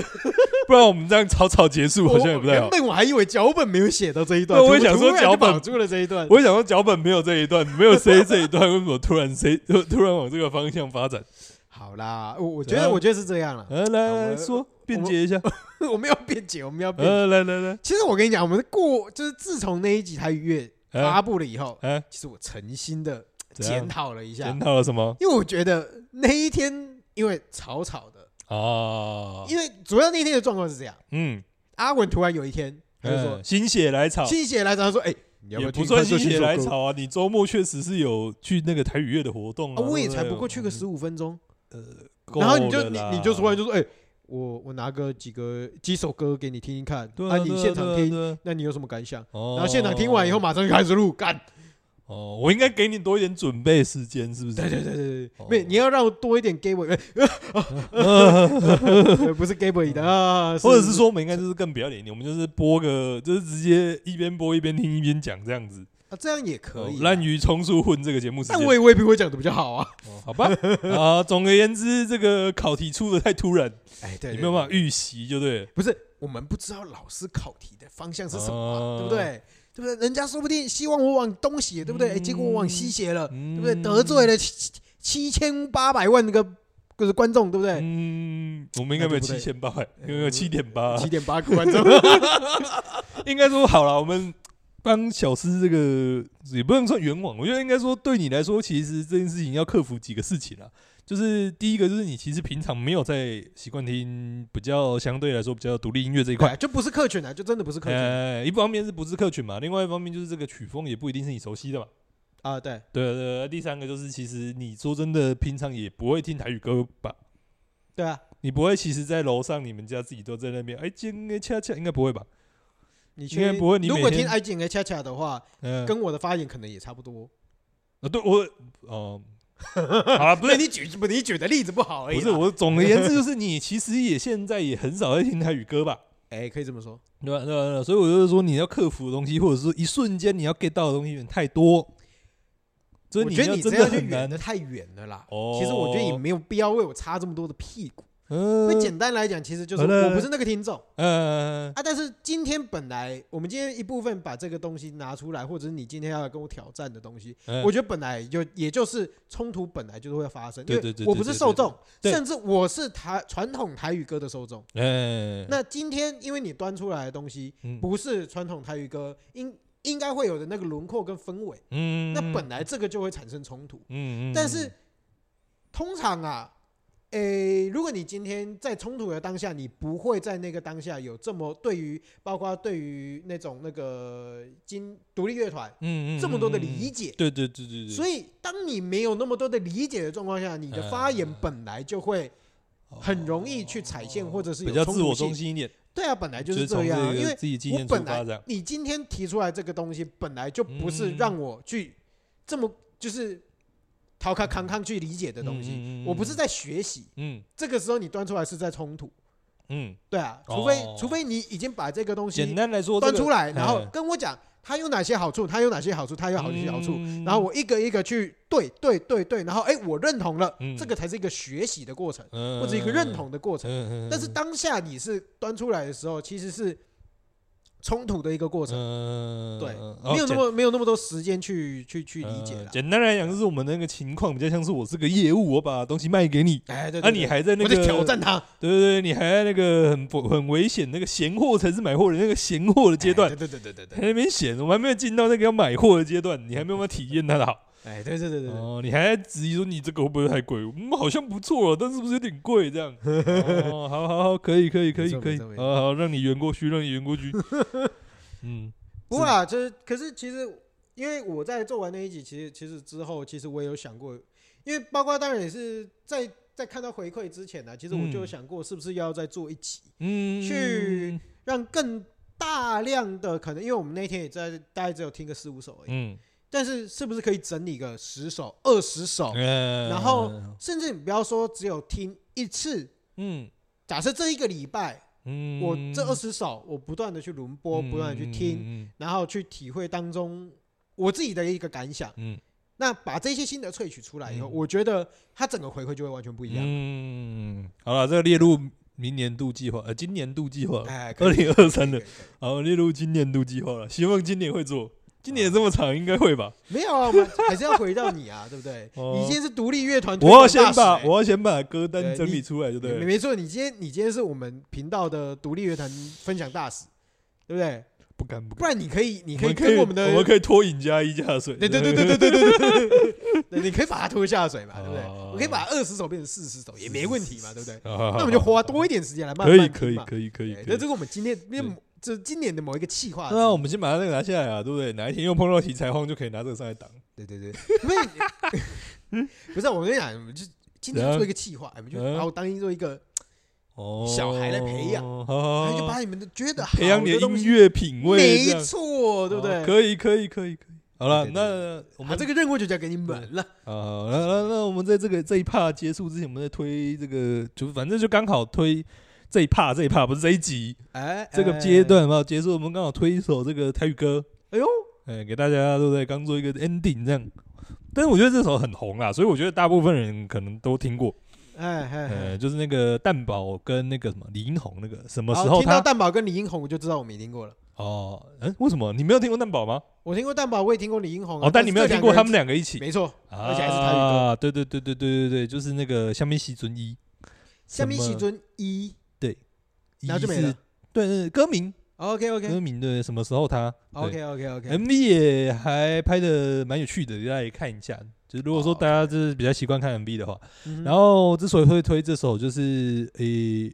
不然我们这样草草结束好像也不太
原。
好
本我还以为脚本没有写到这一段，
对我也
突
想说
突然就
脚本
绑住了这一段。
我也想说脚本没有这一段，没有 C 这一段，为什么突然 C 突突然往这个方向发展？
好啦，我我觉
怎样
得，我觉得是这样了。
呃，
好
来
我
来说辩解一下，
我们要辩解，我们要辩解。
呃，来来来，
其实我跟你讲，我们过就是自从那一集台语乐发
哎
布了以后，
哎，
其实我诚心的
怎
检
样？
讨了一下
检，讨了什么？
因为我觉得那一天因为草草的，
哦，
因为主要那天的状况是这样，
嗯，
阿文突然有一天他就说
嗯，心血来潮，
哎心血来潮，他说：“哎，你要
也
要
不
听
算
看
心
这新
血
首
来
歌
潮啊！你周末确实是有去那个台语乐的活动
啊？我也才
对
不
对
过去个十五分钟，
够
然后你就
了
你
啦
你就突然就说：哎，我我拿个几个几首歌给你听听看，
对
啊，
对
你现场听，
对对
那你有什么感想？
哦，
然后现场听完以后，马上就开始录，干，
哦，我应该给你多一点准备时间，是不是？
对对对对
哦
对，没，你要让我多一点 gay boy，呃
呃，
呃不是 gay boy 的啊，
嗯或者是说我们应该就是更不要脸一点，我们就是播个，就是直接一边播一边听一边讲这样子，
啊这样也可以
哦
啊，
滥竽充数混这个节目时
但
间
我，也未必会讲的比较好啊，
哦好吧？啊，总而言之，这个考题出的太突然，
哎，对，
你
对
没有办法
对
预习，就对了。
不是我们不知道老师考题的方向是什么啊、
哦
对不对？对不对？人家说不定希望我往东写，对不对？哎结果我往西写了，
嗯
对不对？得罪了七七千八百万个就是观众，对不对？
嗯，我们应该没
那就
有七
不
千八，有没有七点八？
七点八个观众，
应该说好了，我们帮小诗这个也不能算冤枉，我觉得应该说对你来说，其实这件事情要克服几个事情啊。就是第一个，就是你其实平常没有在习惯听比较相对来说比较独立音 乐这一
对
块
啊，， 就不是客群啊，就真的不是客群啊、
呃，一方面是不是客群嘛，另外一方面就是这个曲风也不一定是你熟悉的嘛。
啊对，
对对对，第三个就是其实你说真的，平常也不会听台语歌吧？
对啊，
你不会其实，在楼上你们家自己都在那边，哎，今天恰恰应该不会吧？
你
应该
去
不会你
如
每
果
天
听 I G 和恰恰的话，
嗯，
跟我的发言可能也差不多。
啊，对我，哦、 好了，不
对
是
你举不你举的例子不好而已
不
啦。
是，我总而言之就是你其实也现在也很少在听台语歌吧，
哎，可以这么说。
对啊吧？对吧？对吧所以我就是说，你要克服的东西，或者说一瞬间你要 get 到的东西有点太多，所以
我觉
要
得你
真
这
的
样就
很
远
难
的。太远了啦。
哦
其实我觉得你没有必要为我插这么多的屁股。
嗯
那简单来讲，其实就是
好了
我不是那个听众
嗯
啊。但是今天本来我们今天一部分把这个东西拿出来，或者是你今天要来跟我挑战的东西，
嗯
我觉得本来就也就是冲突本来就会发生，
对
因
对
为
对对
我不是受众，
对对对
甚至我是台传统台语歌的受众。
嗯，
那今天因为你端出来的东西
嗯
不是传统台语歌，应应该会有的那个轮廓跟氛围，
嗯
那本来这个就会产生冲突。
嗯，嗯
但是通常啊，诶、如果你今天在冲突的当下，你不会在那个当下有这么对于，包括对于那种那个金独立乐团
嗯嗯
这么多的理
解，
解。
对对对对对，
所以，当你没有那么多的理解的状况下，你的发言
啊
本来就会很容易去踩线，或者是
哦比
有
较
冲
自我
突
中
性。
心一点，
对啊，本来就是是这
从
样啊，
个
因为
自己经
我
验出
本
发
来
这样，嗯
你今天提出来这个东西，本来就不是让我去这么就是逃开康康去理解的东西。
嗯
我不是，在学习，
嗯
这个时候你端出来是在冲突，
嗯嗯，
对啊，除非、
哦
除非你已经把这个东
简
西
单来说，
端出来，
嗯
然后跟我讲它有哪些好处，它有哪些好处，它有好些好处，
嗯
然后我一个一个去对对对对，然后哎、我认同了，
嗯
这个才是一个学习的过程，
或
或者一个认同的过程。
嗯
但是当下你是端出来的时候，其实是冲突的一个过程，
嗯
对
嗯
没有那
简
么没有那么多时间去去去理解
嗯
了。
简单来讲，就是我们那个情况比较像是我是个业务，我把东西卖给你，
哎，对对
那啊你
对
还在那
我
个
在挑，战他
对对对，你还在那个很不很危险，那个闲货才是买货的那个闲货的阶
哎
段，
对对对对对
还在那边闲，我们还没有进到那个要买货的阶段，你还没有办法体验它的好。
哎，对对对对对，
哦，你还在质疑说你这个会不会太贵？嗯，好像不错哦，但是不是有点 贵？这样。哦，好好好，可以可以可
没
以
错
可以，
没错没错
好好让你圆过去，让你圆 过去。嗯
不过啊，就是可是其实因为我在做完那一集，其实其实之后，其实我也有想过，因为包括当然也是在在看到回馈之前啊呢、其实我就有
嗯
想过是不是要再做一集，
嗯，
去让更大量的可能，因为我们那天也在大概只有听个四五首而已，
嗯，
但是是不是可以整理个十首、二十首，
然
哦然后甚至你不要说只有听一次，
嗯
假设这一个礼拜
嗯，
我这二十首我不断的去轮播，不断的去听。
嗯，
然后去体会当中我自己的一个感想。
嗯嗯
那把这些心得萃取出来以后，
嗯
我觉得它整个回馈就会完全不一样。
嗯，好了，这个列入明年度计划，呃，今年度计划了，
哎，可
二
以
零二三，
可以，可以
的
可以
好，列入今年度计划了，希望今年会做。今年这么长，应该会吧？
没有啊，我们还是要回到你啊，对不 对？
哦
你今天是独立乐团推
我
广
要
大使欸，
先把我要先把歌单
对
整理
你
出来，就对
没
了。
没错，你今天你今天是我们频道的独立乐团分享大使，对不对？
不敢不
不
敢。
然你可以，你可
我
以
们可以
跟我们
我
的
们，可以拖赢加一加水。
对对对对对对对对对，你可以把它拖下水嘛，对不对？
哦
我可以把二十手变成四十手也没问题嘛，对不对？
好，好好
那我们就花多一点时间来慢
可以
慢
可
拼
以
嘛。
可以可以
对。
可
那
以
这。个我们今天因为
对
某这今年的某一个气划，
那我们先把它那个拿下来啊，对不对？哪一天又碰到题材荒，就可以拿这个上来挡。
对对对，因为不是啊我跟你讲，我们就今天做一个气划，哎我们就
嗯
把我当做一个，
哦，
小孩来培养
好，
然
好
后就
好
把你们的觉得好
嗯哦培养你
的
的
东
音
西，
乐品味，这
没
样
错，对不
哦
对？
可以可以可以可以。好了，
对对
那我
我
们
们这个任务就交给你们了。
啊，那那那我们在这个这一趴结束之前，我们在推这个，就反正就刚好推这一趴这一趴，不是这一集
哎，
这个
哎
阶，段嘛，结束我们刚好推一首这个台语歌，
哎呦，
哎，给大家对不对？刚做一个 ending 这样。但是我觉得这首很红啊啦，所以我觉得大部分人可能都听 过，
哎哎哎
呃，，就是那个蛋堡跟那个什么李英红那个什么时
好
候
哦听到
他
蛋宝跟李英红，我就知道我没听过了。
哦，嗯，为什么你没有听过蛋堡吗？
我听过蛋宝，我也听过李英红啊。
哦，但你没有
这
听
两
过
个
他
人
们两个一起，
没错，
啊
而且还是台语歌。
对对对对对对对，就是那个下面西尊一，
下面
什么
喜尊一，
一
然后就没
是
了。
对对对歌名
OK OK
歌名对，什么时候他
OK OK OK，
MV 也还拍的蛮有趣的，大家也看一下。就是如果说
哦
大家就是比较习惯看 MV 的话，然
后
后之所以会推这首，就是诶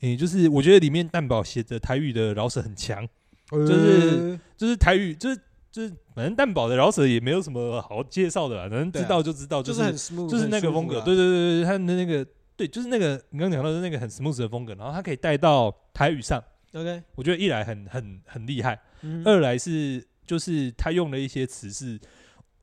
诶、就是我觉得里面蛋宝写的台语的饶舌很强，就是就是台语就是就是反正蛋宝的饶舌也没有什么好介绍的啦，能
对啊
知道就知道，
就是是很啊 smooth，
就是那个风格，对对对对，他的那个对，就是那个你刚刚讲到的那个很 smooth 的风格，然后他可以带到台语上，
OK，
我觉得一来很很很厉害，
嗯
二来是就是他用了一些词是，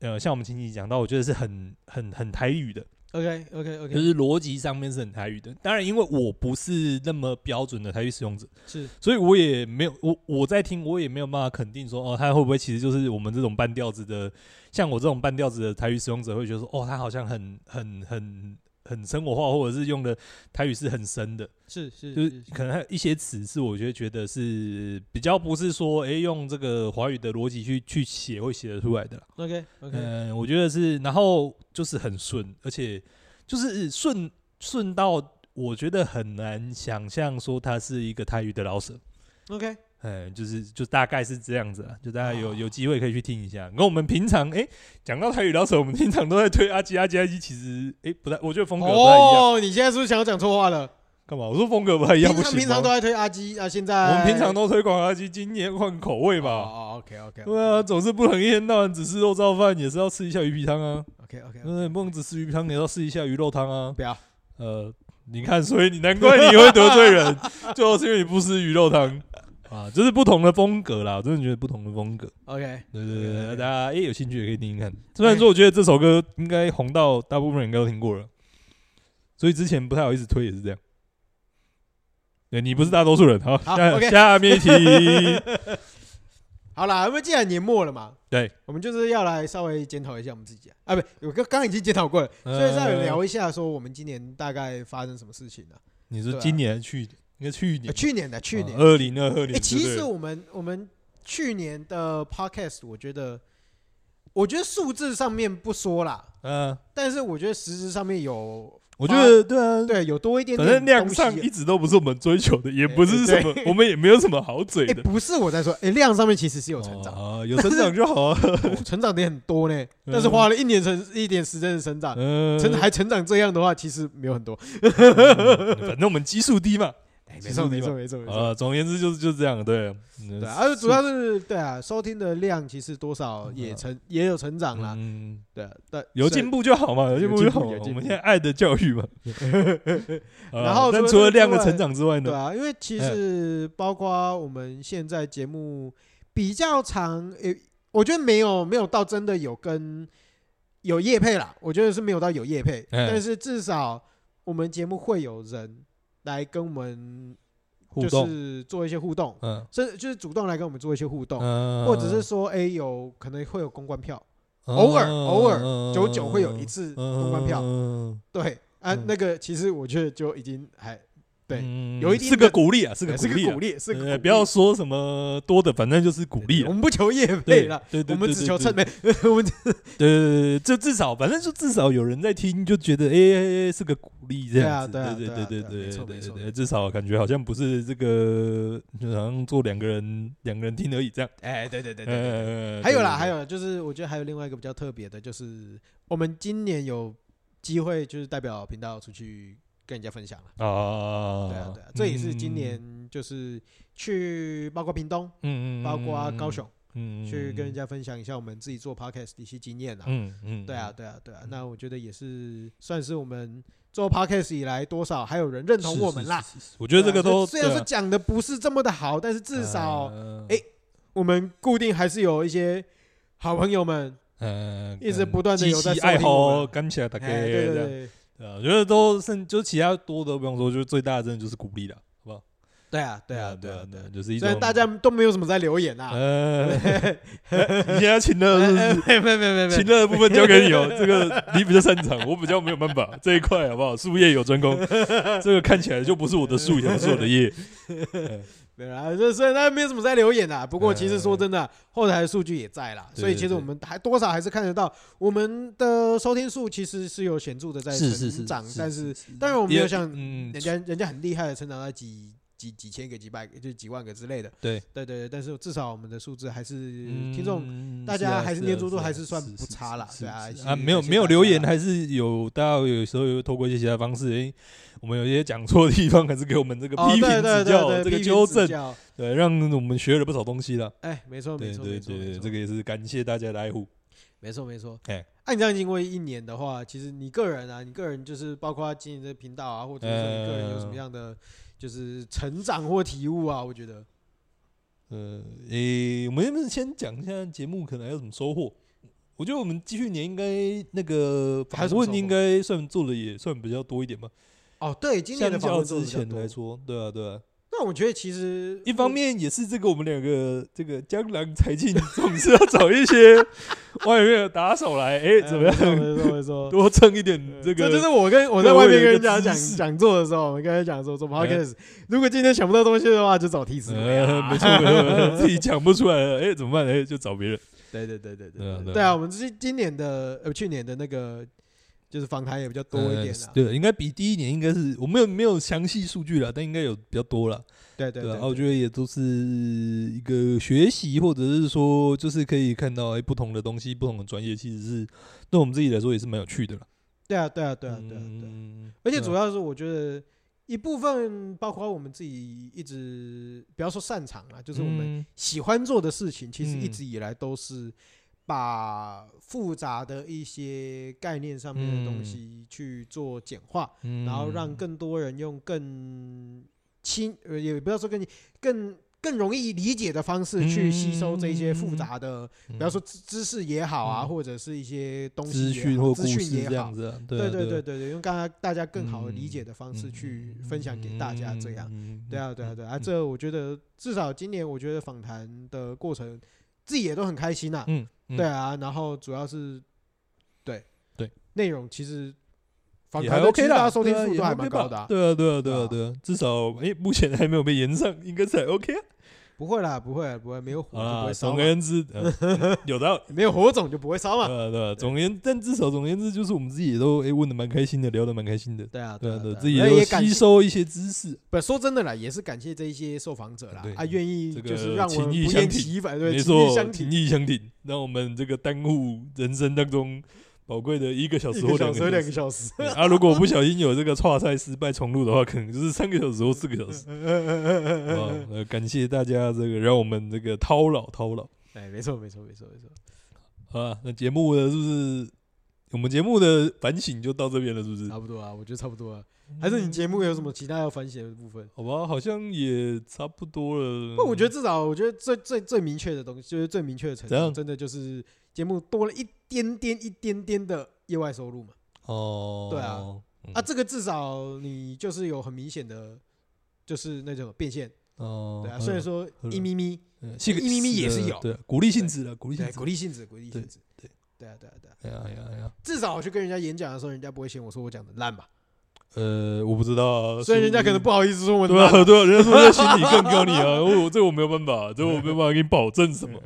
呃，像我们前几集讲到，我觉得是很很很台语的，
OK OK
就
OK，
是逻辑上面是很台语的。当然，因为我不是那么标准的台语使用者，
是
所以我也没有我我在听，我也没有办法肯定说哦，他会不会其实就是我们这种半调子的，像我这种半调子的台语使用者会觉得说哦，他好像很很很很生活化，或者是用的台语是很深的，
是是，
就是可能还有一些词是我觉得觉得是比较不是说诶、用这个华语的逻辑去去写会写得出来的啦。
OK OK，
嗯，我觉得是，然后就是很顺，而且就是顺顺到我觉得很难想象说他是一个台语的老舍。
OK，
嗯，就是就大概是这样子啊，就大家有、
哦
有机会可以去听一下。跟我们平常哎讲、到台语老手，我们平常都在推阿基阿基阿基，其实哎、不太，我觉得风格不太一样。
哦，你现在是不是想要讲错话了？
干、嘛？我说风格不太一样
平
不
常
行吗
平常都在推阿基啊，现在
我们平常都推广阿基，今年换口味
哦
吧。
哦，OK OK
对啊，总是不能一天到晚只吃肉燥饭，也是要吃一下鱼皮汤啊。
OK OK，
嗯，不能只吃鱼皮汤，也要试一下鱼肉汤啊。
不要
呃，你看，所以你难怪你会得罪 人，就是因为你不吃鱼肉汤啊，就是不同的风格啦。我真的觉得不同的风格。
OK，
对对对对，哎
OK，OK
大家也有兴趣也可以听听看。虽然说，我觉得这首歌应该红到大部分人应该都听过了，所以之前不太好意思推也是这样。对你不是大多数人，好，
好
下
OK
下面一题，
好啦，因为既然年末了嘛，
对，
我们就是要来稍微检讨一下我们自己啊，啊，不，我刚刚已经检讨过了，
呃
所以再聊一下说我们今年大概发生什么事情了、
你是今年还是去年？应该去年
啊呃
吧，
去年的，去年，
二零二二
哎、
年。
其
对
实
不对
我们我们去年的 podcast，我觉得，我觉得数字上面不说啦，
嗯，
但是我觉得实质上面有，
我觉得对啊，
对，有多一点
反
点，啊
正量上一，直都不是我们追求的，也不是什么，我们也没有什么好嘴
哎、
的。
不是我在说，哎、量上面其实是有成长，
啊，有成长 就好啊。
哦成长的也很多 呢，但是花了一年成一点时间的成长，
嗯，
成还成长这样的话，其实没有很多，
嗯 反正我们基数低嘛。
哎
基
没错
数低
没
嘛
错没错没错。
啊，总而言之就是就是这样，对。
对啊，
嗯
而主要是对啊，收听的量其实多少也成也有成长啦，
嗯，
对啊，对，
有
所以
进步就好嘛，有进步就好嘛。
有进步有进步
我们现在爱的教 育嘛。啊
然后
但
除了
除
这个
了量的
之
哎
外
成长之外
对
呢，
啊，因为其实包括我们现在节目比较长，诶，我觉得没有没有到真的有跟有业配啦，我觉得是没有到有业配，
哎
但是至少我们节目会有人来跟我们
互
就
动，
是做一些互动，
嗯
甚至就是主动来跟我们做一些互动，
嗯，
或者是说，哎，有可能会有公关票。偶尔偶尔久久会有一次公关票，
嗯
对啊，
嗯
那个其实我觉得就已经还对
嗯
有一定
是
的
个鼓励啊，是
对
个
是
鼓
个
励啊
鼓，励，是
呃
个
不要
鼓
说什么多的，反正就是鼓
励
励
我
了。
们不求业
对
配了，
对对，
我们
对
只
对
求
对
称美， 我们
对对对对，就至少反正就至少有人在听，就觉得哎、欸是个鼓励这样子。
对啊
对
对啊对
对
啊对啊
对
没错
对
没错
对，至少感觉好像不是这个，就好像做两个人两个人听而已这样。
哎，对对对对对。
呃，
还有啦，
对
还有啦就是我觉得还有另外一个比较特别的，就是我们今年有机会就是代表频道出去跟人家分享了。
啊，
对啊，对啊，这也是今
嗯
年就是去包括屏东，
嗯嗯，
包括高雄，
嗯，嗯
去跟人，家分享一下我们自己做 podcast 的一些经验啊。
嗯嗯，
对啊，对啊，对啊。
嗯
那我觉得也是算是我们做 podcast 以来多少还有人认
嗯，
同
是
我们啦。。
是是是是我觉得这
对啊
个都
就虽然
对
说
啊
讲的不是这么的好，但是至少
呃
哎我们固定还是有一些好朋友们，
呃，
一直
跟
不断地
积
有在
极
收
爱
听我们
好，啊感谢大家。
哎，对
这
对
样
对，
对啊，我觉得都甚就其他多的不用说，就是最大的真的就是鼓励了，好不好？
对啊，对啊，
啊，
对啊，
对
对啊。
就是一
虽
种
然大家都没有什么在留言啊，
呃， 你现在请乐是不是，
没没哎没没
请乐的部分交给你哦，这个你比较擅长，我比较没有办法这一块，好不好？术业有 专攻，这个看起来就不是我的术，也不是我的业。
没有啊啦，这虽然大家没有什么在留言啊，不过其实说真的，后台的数据也在啦，
哎对
所以其
对
实我们还多少还是看得到我们的收听数其实是有显著的在成长，但是当然我 们没有像呃
嗯
人家人家很厉害的成长到几几几千个、几百个、就几万个之类的，
对
对对对，但是至少我们的数字还是
嗯
听众大
是
家
啊
还是
啊
粘着度
啊
还是算不
是
差啦
是
对啊
是
其实
啊，没有
感谢
没有
大
留
家
言，
啦
还是有大家有时候有透过一些其他方式，诶，我们有一些讲错的地方，还是给我们这个
哦
批评
对对
指
对
教，
对
这个
批评
纠
指
正，
教
对，让我们学了不少东西了。
哎，没错没
对
错
对
没错没
对，
错
这个也是感谢大家的爱护。
没错没错，
哎
那、你这样经过一年的话，其实你个人啊，你个人就是包括经营这个频道啊，或者是说你个人有什么
呃
样的就是成长或体悟啊？我觉得，
呃，诶，我们要不要先讲一下节目可能还有什么收获？我觉得我们继续年应该那个
还有
访
什么
问
收获
应该算做的也算比较多一点吧，
哦，对，今年
相
的访
较
问做得
之
比较
前
多
来，说，对啊对啊。
那我觉得其实
一方面也是这个我们两个这个江郎才尽，总是要找一些外面的打手来，哎、
我
怎 么
哎
样
没错没错。没错
多蹭一点 这
这就是
个？
我跟我在外面跟人家
各位有一个
讲
知识
讲座的时候，我们跟他讲说做
哎
podcast，如果今天想不到东西的话，就找替死鬼
呃，
啊。
没错，没错没错自己讲不出来了，哎、怎么办？哎、就找别人。
对对对对
对啊
对
对啊
对啊！我们今今年的呃去年的那个就是访谈也比较多一点
呃
啊。
对，应该比第一年应该是我没有没有详细数据了，但应该有比较多了。
对对
对啊，
对
啊，我觉得也都是一个学习，或者是说就是可以看到哎、不同的东西，不同的专业，其实是对我们自己来说也是蛮有趣的了。
对啊对啊对啊对啊对啊！
嗯
而且
对啊
主要是我觉得一部分包括我们自己一直不要说擅长啊，就是我们
嗯
喜欢做的事情，其实一
嗯
直以来都是把复杂的一些概念上面的东
嗯
西去做简化，
嗯
然后让更多人用更亲呃，也不要说更更更容易理解的方式去吸收这些复杂的，比方说知知识也好啊，
嗯
或者是一些东西
资
也
讯
好
或故
啊资
事
讯也
这
好
样，子、啊，对
对
啊
对对
对啊
对对，用刚刚大家更好理解的方式
嗯
去分享给大家，这样。
嗯
对啊，对啊，对啊，
嗯
这我觉得至少今年我觉得访谈的过程自己也都很开心呐。
嗯，嗯
对，啊，然后主要是对
对
内容其实访
也
谈
还
的其
OK
实大家
啦，
收听
对啊
数
也
都还
OK
蛮
吧
高的啊，
对啊，对啊，对
对
啊，
啊
对啊，至少哎，目前还没有被延上，应该是还 OK 啊。
不会啦，不会啦，不会，没有火就不
啊，
会烧
总
嘛
而，言之，呃嗯 有道理。
没有火种就不会烧嘛。
呃，对啊，总而言，但至少总而言之，就是我们自己也都哎问的蛮开心的，聊的蛮开心的，
对啊，
对
啊，
啊，对
对
啊
啊，
自己
那
都
也感
吸
谢，
收一些知识，
不说真的啦，也是感谢这一些受访者啦
对，
啊，愿意
这个
就是让我们
情谊
不
相
厌
挺
其烦，对，
没
情谊
错，
相
情
挺，
谊相挺，让我们这个耽误人生当中宝贵的一个小
一
时或
个
两
小时或
个小
两
时
个。小时，
对啊，如果我不小心有这个跨赛失败重录的话，可能就是三个小时或四个 小时。哇呃，感谢大家这个让我们这个叨扰叨扰
哎，没错，没错，没错，没错。
好啊。那节目呢，是不是我们节目的反省就到这边了？是不是？
差不多啊，我觉得差不多啊。还是你节目有什么其他要反省的部分？
好吧，好像也差不多了。
不，我觉得至少我觉得最最最明确的东西，就是最明确的成
怎
长，
样
真的就是节目多了一点点、一点点的业外收入嘛。
哦，
对啊
嗯
啊，这个至少你就是有很明显的，就是那种变现。
哦，
对啊，虽然
说
说
嗯
一咪咪，
一
一咪咪也是有
对啊，鼓励性质的，鼓励性
对，
质
鼓。励性质，鼓励性质，
对对
对啊，对啊，对啊。
哎呀哎呀哎呀，
至少我去跟人家演讲的时候，人家不会嫌我说我讲的烂吧？
呃，我不知道啊，
所以人家可能不好意思说我的
对
妈
啊，对啊，人家说在心里更高你啊， 我我这我没有办法，这我没有办法给你保证 什么，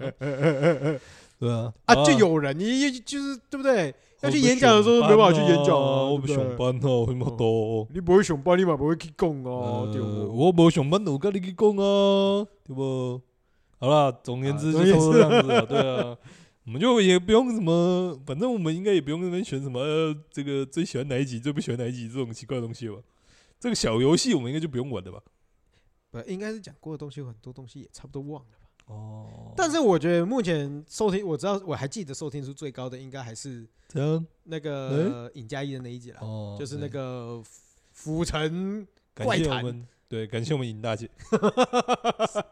对啊，
啊，就有人，你你就是对不对？要去演讲的时候
我
没
不
办法
想
去演讲
办啊，我不
对
上
不对
班哦，我么多。
你不会熊抱，你嘛不会去讲哦，
呃
对不？
我无上班，我跟你去讲啊，对不？好啦，总而言之
啊
就
总而言
差
之
不多这样子啊，对啊。我们就也不用什么，反正我们应该也不用那边选什么、呃这个最喜欢哪一集、最不喜欢哪一集这种奇怪的东西吧。这个小游戏我们应该就不用玩了吧？
不，应该是讲过的东西，有很多东西也差不多忘了吧。
哦
但是我觉得目前收听，我知道我还记得收听数最高的应该还是
这样
那个尹嘉一的那一集啦，
哦，
就是那
对
个浮城
感
怪
谢我
谈
们，对，感谢我们尹大姐，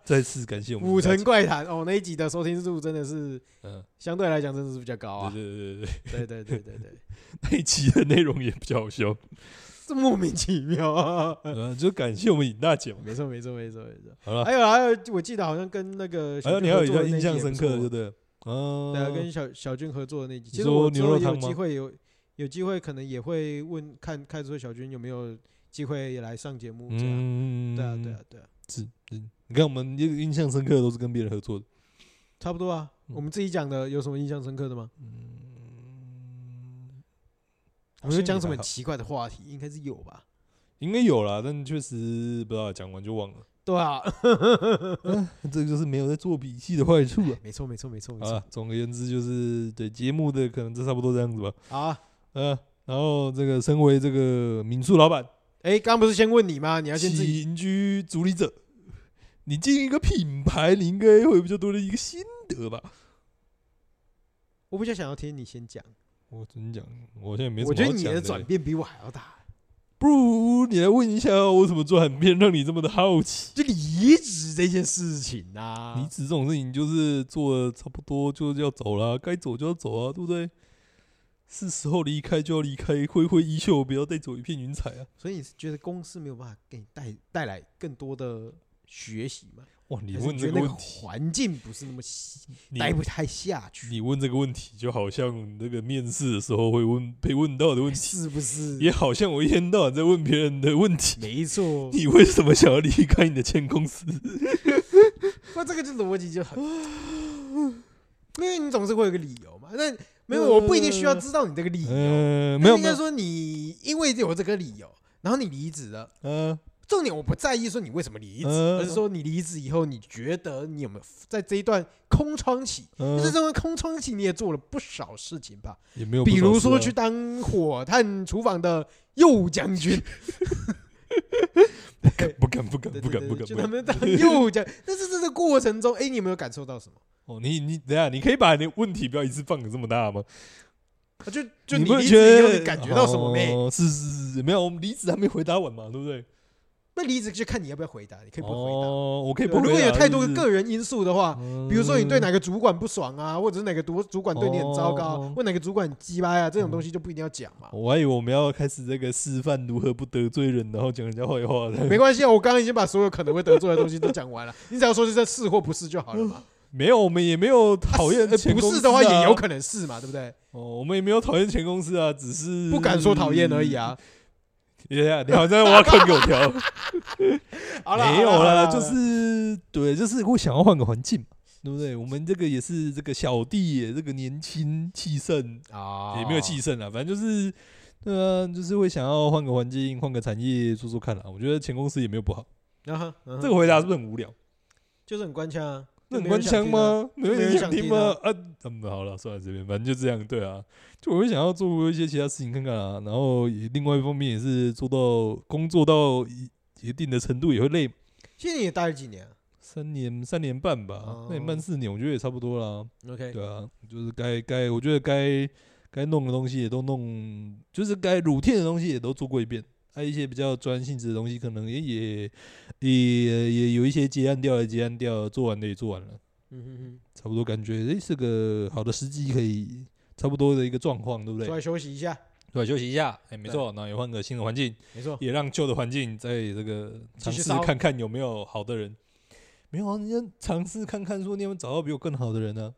再次感谢我们
五
尹大
城
姐，
怪谈哦，那一集的收听数真的是
嗯，
相对来讲真的是比较高啊。
对
对
对对对对，
对对对 对，
那一期的内容也比较好笑，
这莫名其妙 啊！
呃，就感谢我们尹大姐嘛。
没错没错没错没错。
好了，
还有啊还有，我记得好像跟那个
还有
小
你
军
还有
合
比
作的
较
那
印
一集
象
也不
深刻的，
错
就，对了，
对啊，
嗯
跟，小小军合作的那一集，
你
其实
说
我之
牛
后
肉
也有
汤吗
机会有有机会，可能也会问看看说小军有没有机会也来上节目这样。
嗯，
对啊对啊，对啊，
是，嗯，你看我们印印象深刻的都是跟别人合作的，
差不多啊。
嗯
我们自己讲的有什么印象深刻的吗？
嗯，
我们有讲什么很
好像也还好？
奇怪的话题，应该是有吧？
应该有啦，但确实不知道讲完就忘了，
对啊，
这个就是没有在做笔记的坏处啊。
没错没错没错没
好
错
了，。总而言之就是对节目的可能就差不多这样子吧。
好啊，
嗯，然后这个身为这个民宿老板、
哎，刚不是先问你吗？你要先自己
起居主理者，你经营一个品牌，你应该会有比较多的一个心得吧？
我比较想要听你先讲，
我真讲，我现在没什么
我
好
觉
讲
得你
的
的转变比我还要大，
不如你来问一下我怎么转变，让你这么的好奇。
就离职这件事情 啊，
离职这种事情就是做的差不多就要走了，该走就要走啊，对不对？是时候离开就要离开，挥挥衣袖，不要带走一片云彩啊！
所以你是觉得公司没有办法给你带带来更多的学习吗？
哇，你
还是
问
觉
这
得那
个问
个
题，
环境不是那么喜
你
待不太下去，
你问这个问题，就好像你那个面试的时候会问被问到的问题，
是不是？
也好像我一天到晚在问别人的问题。
没错，
你为什么想要离开你的前公司？
那这个就逻辑就 很，因为你总是会有个理由嘛。那没有，我不一定需要知道你这个理由，
呃，
但
没有，
应
没
该
有，
说你因为有这个理由，然后你离职了。
呃，
重点我不在意说你为什么离职，
嗯
而是说你离职以后，你觉得你有没有在这一段空窗期？
呃
就是这段空窗期，你也做了不少事情吧？
也没有不
比
少事啊，
如说去当火炭厨房的右将军，
不敢不敢
对
不敢
对
不
对
敢
就
不
他
敢。
们当右将。 但是这个过程中，哎，你有没有感受到什么？
哦，你你等一下，你可以把你的问题不要一次放的这么大吗？
啊就就
不
离
觉
职以后，
得
你感觉到什么没？
哦是是是是，没有，我们离职还没回答完嘛，对不对？
那离职就看你要不要回答，你可以不回答。
哦，我可以
对啊
不回答。
如果有太多
是不是嗯
个人因素的话，比如说你对哪个主管不爽啊，或者是哪个主主管对你很糟糕啊
哦，
或哪个主管很鸡掰啊，这种东西就不一定要讲嘛。
我还以为我们要开始这个示范如何不得罪人，然后讲人家坏话的。
没关系啊，我刚刚已经把所有可能会得罪的东西都讲完了，你只要说是这是或不是就好了嘛。
没有，我们也没有讨厌、
啊是呃不是的话也有可能是嘛，对不对？
能哦，我们也没有讨厌前公司啊，只是
不敢说讨厌而已。啊。
等一下，你好像挖坑给我跳。
好了，
没有
好
啦，
啦，
就
好啦
是对，就是我想要换个环境嘛，对不对？我们这个也是这个小弟耶，这个年轻气盛，
啊
也没有气盛啊，反正就是，对啊，就是会想要换个环境，换个产业做做看啦。我觉得前公司也没有不好。
啊哈，嗯哼
这个回答是不是很无聊？
就是很官腔啊，
那
就
很
没
官
人想
腔
听啊？
吗？没有
没
人
人
想
想
听
听
吗？啊，嗯，好了，算了，随便，反正就这样，对啊。就我会想要做一些其他事情看看啊，然后也另外一方面也是做到工作到一一定的程度也会累嘛
现在你也待了几年啊
三年三年半吧，
哦
三年半四年，我觉得也差不多啦。
？OK，
对啊，就是该该，我觉得该该弄的东西也都弄，就是该 routine 的东西也都做过一遍。还、有一些比较专性质的东西，可能也也也也有一些结案掉的结案掉，做完的也做完了，
嗯哼哼。
差不多感觉诶、是个好的时机，可以差不多的一个状况，对不对
出？来休息一下，
对，休息一下，哎、没错，那也换个新的环境，
没错。
也让旧的环境在这个
继
尝
续
试
烧
看看有没有好的人。没有啊，你要尝试看啊看，说你有没有找到比我更好的人呢、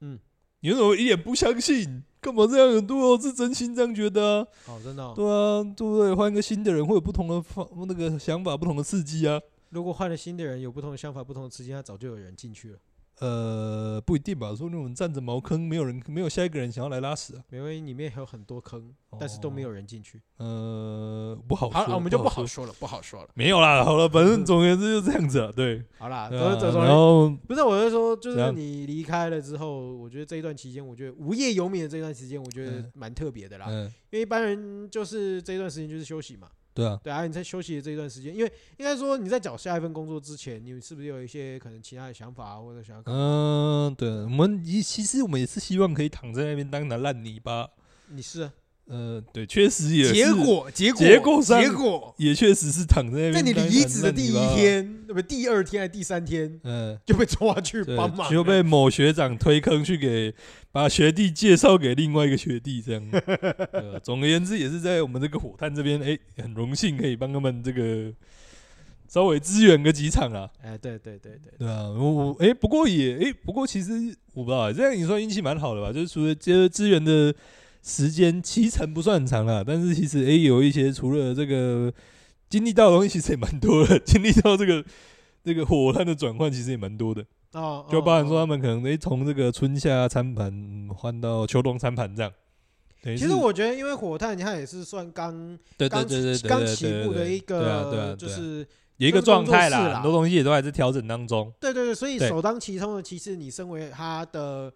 嗯，
你为什么一脸不相信？干嘛这样很多？我是真心这样觉得啊。
哦，真的哦、
对啊，对不对？换一个新的人会有不同的方那个想法，不同的刺激啊。
如果换了新的人，有不同的想法、不同的刺激，他早就有人进去了。
呃，不一定吧，说那种占着茅坑，没有人，没有下一个人想要来拉屎啊。
没关系，里面还有很多坑，但是都没有人进去。
呃，不哦好说，
好了，我们就不
好
好
说。
说了，不好说了。
没有啦，好了，反正总而言之就这样子啊，对。
好啦，
对
总
啊
之总
然
之，
后
不是我是说，就
怎
是
样
你离开了之后，我觉得这一段期间，我觉得无业游民的这段时间，我觉得
嗯
蛮特别的啦。
嗯，
因为一般人就是这一段时间就是休息嘛，
对啊，
对啊，你在休息的这一段时间，因为应该说你在找下一份工作之前，你是不是有一些可能其他的想法啊或者想要干嘛？
嗯、对，我们也其实我们也是希望可以躺在那边当个烂泥巴。
你是啊
呃，对，确实也是
结果结果
结果上
结果，
也确实是躺在那边。
在你离职的第一，天，对不对？第二天还是第三天
嗯，
就被抓去
对
帮忙，
就被某学长推坑去给把学弟介绍给另外一个学弟，这样。呃，总而言之，也是在我们这个火炭这边，哎、很荣幸可以帮他们这个稍微支援个几场啊。
哎，对对对对，
对啊，我我哎、不过也哎、不过其实我不知道、欸，这样你算运气蛮好的吧？就是除了接资源的时间七成不算很长啦，但是其实哎、有一些除了这个经历到的东西，其实也蛮多的，经历到这个这个火炭的转换，其实也蛮多的，
哦，
就
哦
包含说
哦
他们可能哎从、这个春夏餐盘嗯换到秋冬餐盘这样。等于
其
是
实我觉得，因为火炭它也是算刚
对对
刚
对对
起
对
刚
对
起
对
步的
对
一
对啊对啊
个，
对
就
啊
是
有一个
这个
状
工作
态
室
啦，
啦
很多东西也都还在调整当中。
对对对，所以
对
首当其冲的，其实你身为他的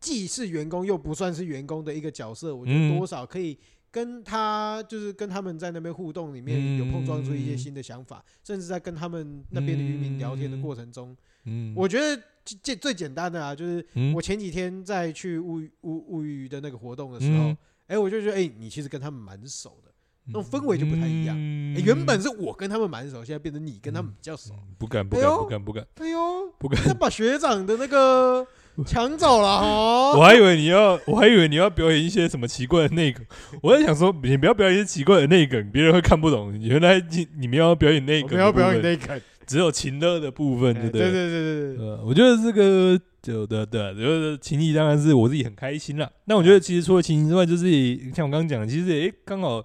既是员工又不算是员工的一个角色，我觉
嗯
得多少可以跟他就是跟他们在那边互动里面有碰撞出一些
嗯
新的想法，甚至在跟他们那边的渔民聊天的过程中，
嗯，
我觉得最最简单的啊，就是
嗯
我前几天在去乌鱼乌乌鱼的那个活动的时候
嗯，
哎，我就觉得哎，你其实跟他们蛮熟的，那种氛围就不太一样
嗯
哎原本是我跟他们蛮熟，现在变成你跟他们比较熟。
嗯不敢不
哎
敢
呦
不敢不敢
哎呦，
不敢，
他把学长的那个抢走了哦
我
哈。
还以为你要我还以为你要表演一些什么奇怪的内梗，我在想说你不要表演一些奇怪的内梗，别人会看不懂。原来你你们要表演内梗，
不要不要你，那个，
只有情乐的部分，对
哎对
不
对对
对？
对对，
呃，我觉得这个对对对，就是情谊当然是我自己很开心啦。那我
嗯
觉得其实除了情谊之外，就是像我刚刚讲的，其实诶刚好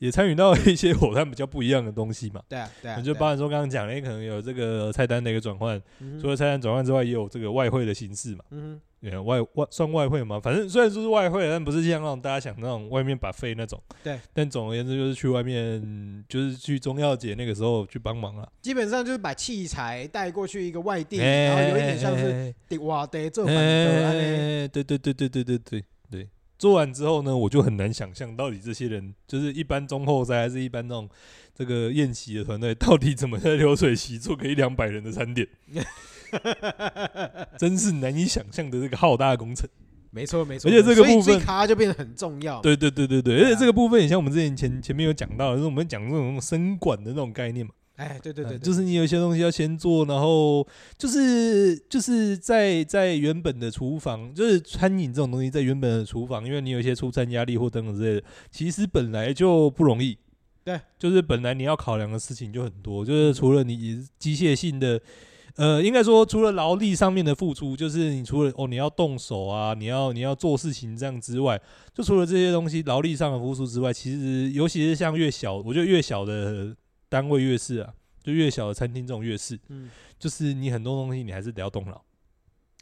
也参与到一些火炭比较不一样的东西嘛。
对啊对啊，嗯
就包含说刚刚讲的，诶可能有这个菜单的一个转换，除
说，
了菜单转换之外，也有这个外汇的形式嘛。
嗯
呃，外外算外汇嘛，反正虽然说是外汇，但不是像那种大家想那种外面把费那种。
对。
但总而言之，就是去外面，就是去中药节那个时候去帮忙了
哼。基本上就是把器材带过去一个外地，
哎
然后有一点像是
哎
得哇得这
哎
反的安 内
哎对对对对对对对对。做完之后呢，我就很难想象到底这些人，就是一般中后赛还是一般那种这个宴席的团队，到底怎么在流水席做个一两百人的餐点，真是难以想象的这个浩大的工程。
没错没错，
而且这个
所以
部
所
分
以卡就变得很重要。
对对对对对，
对啊
而且这个部分也像我们之前前前面有讲到，就是我们讲这种生管的那种概念嘛，
哎，对对
嗯
对，
就是是你有一些东西要先做，然后就是就是在在原本的厨房，就是餐饮这种东西在原本的厨房，因为你有一些出餐压力或等等之类的，其实本来就不容易。
对，
就是本来你要考量的事情就很多，就是除了你机械性的呃，应该说除了劳力上面的付出，就是你除了哦你要动手啊，你要你要做事情这样之外，就除了这些东西劳力上的付出之外，其实尤其是像越小，我觉得越小的单位越是啊，就越小的餐厅这种越是，
嗯
就是你很多东西你还是得要动脑，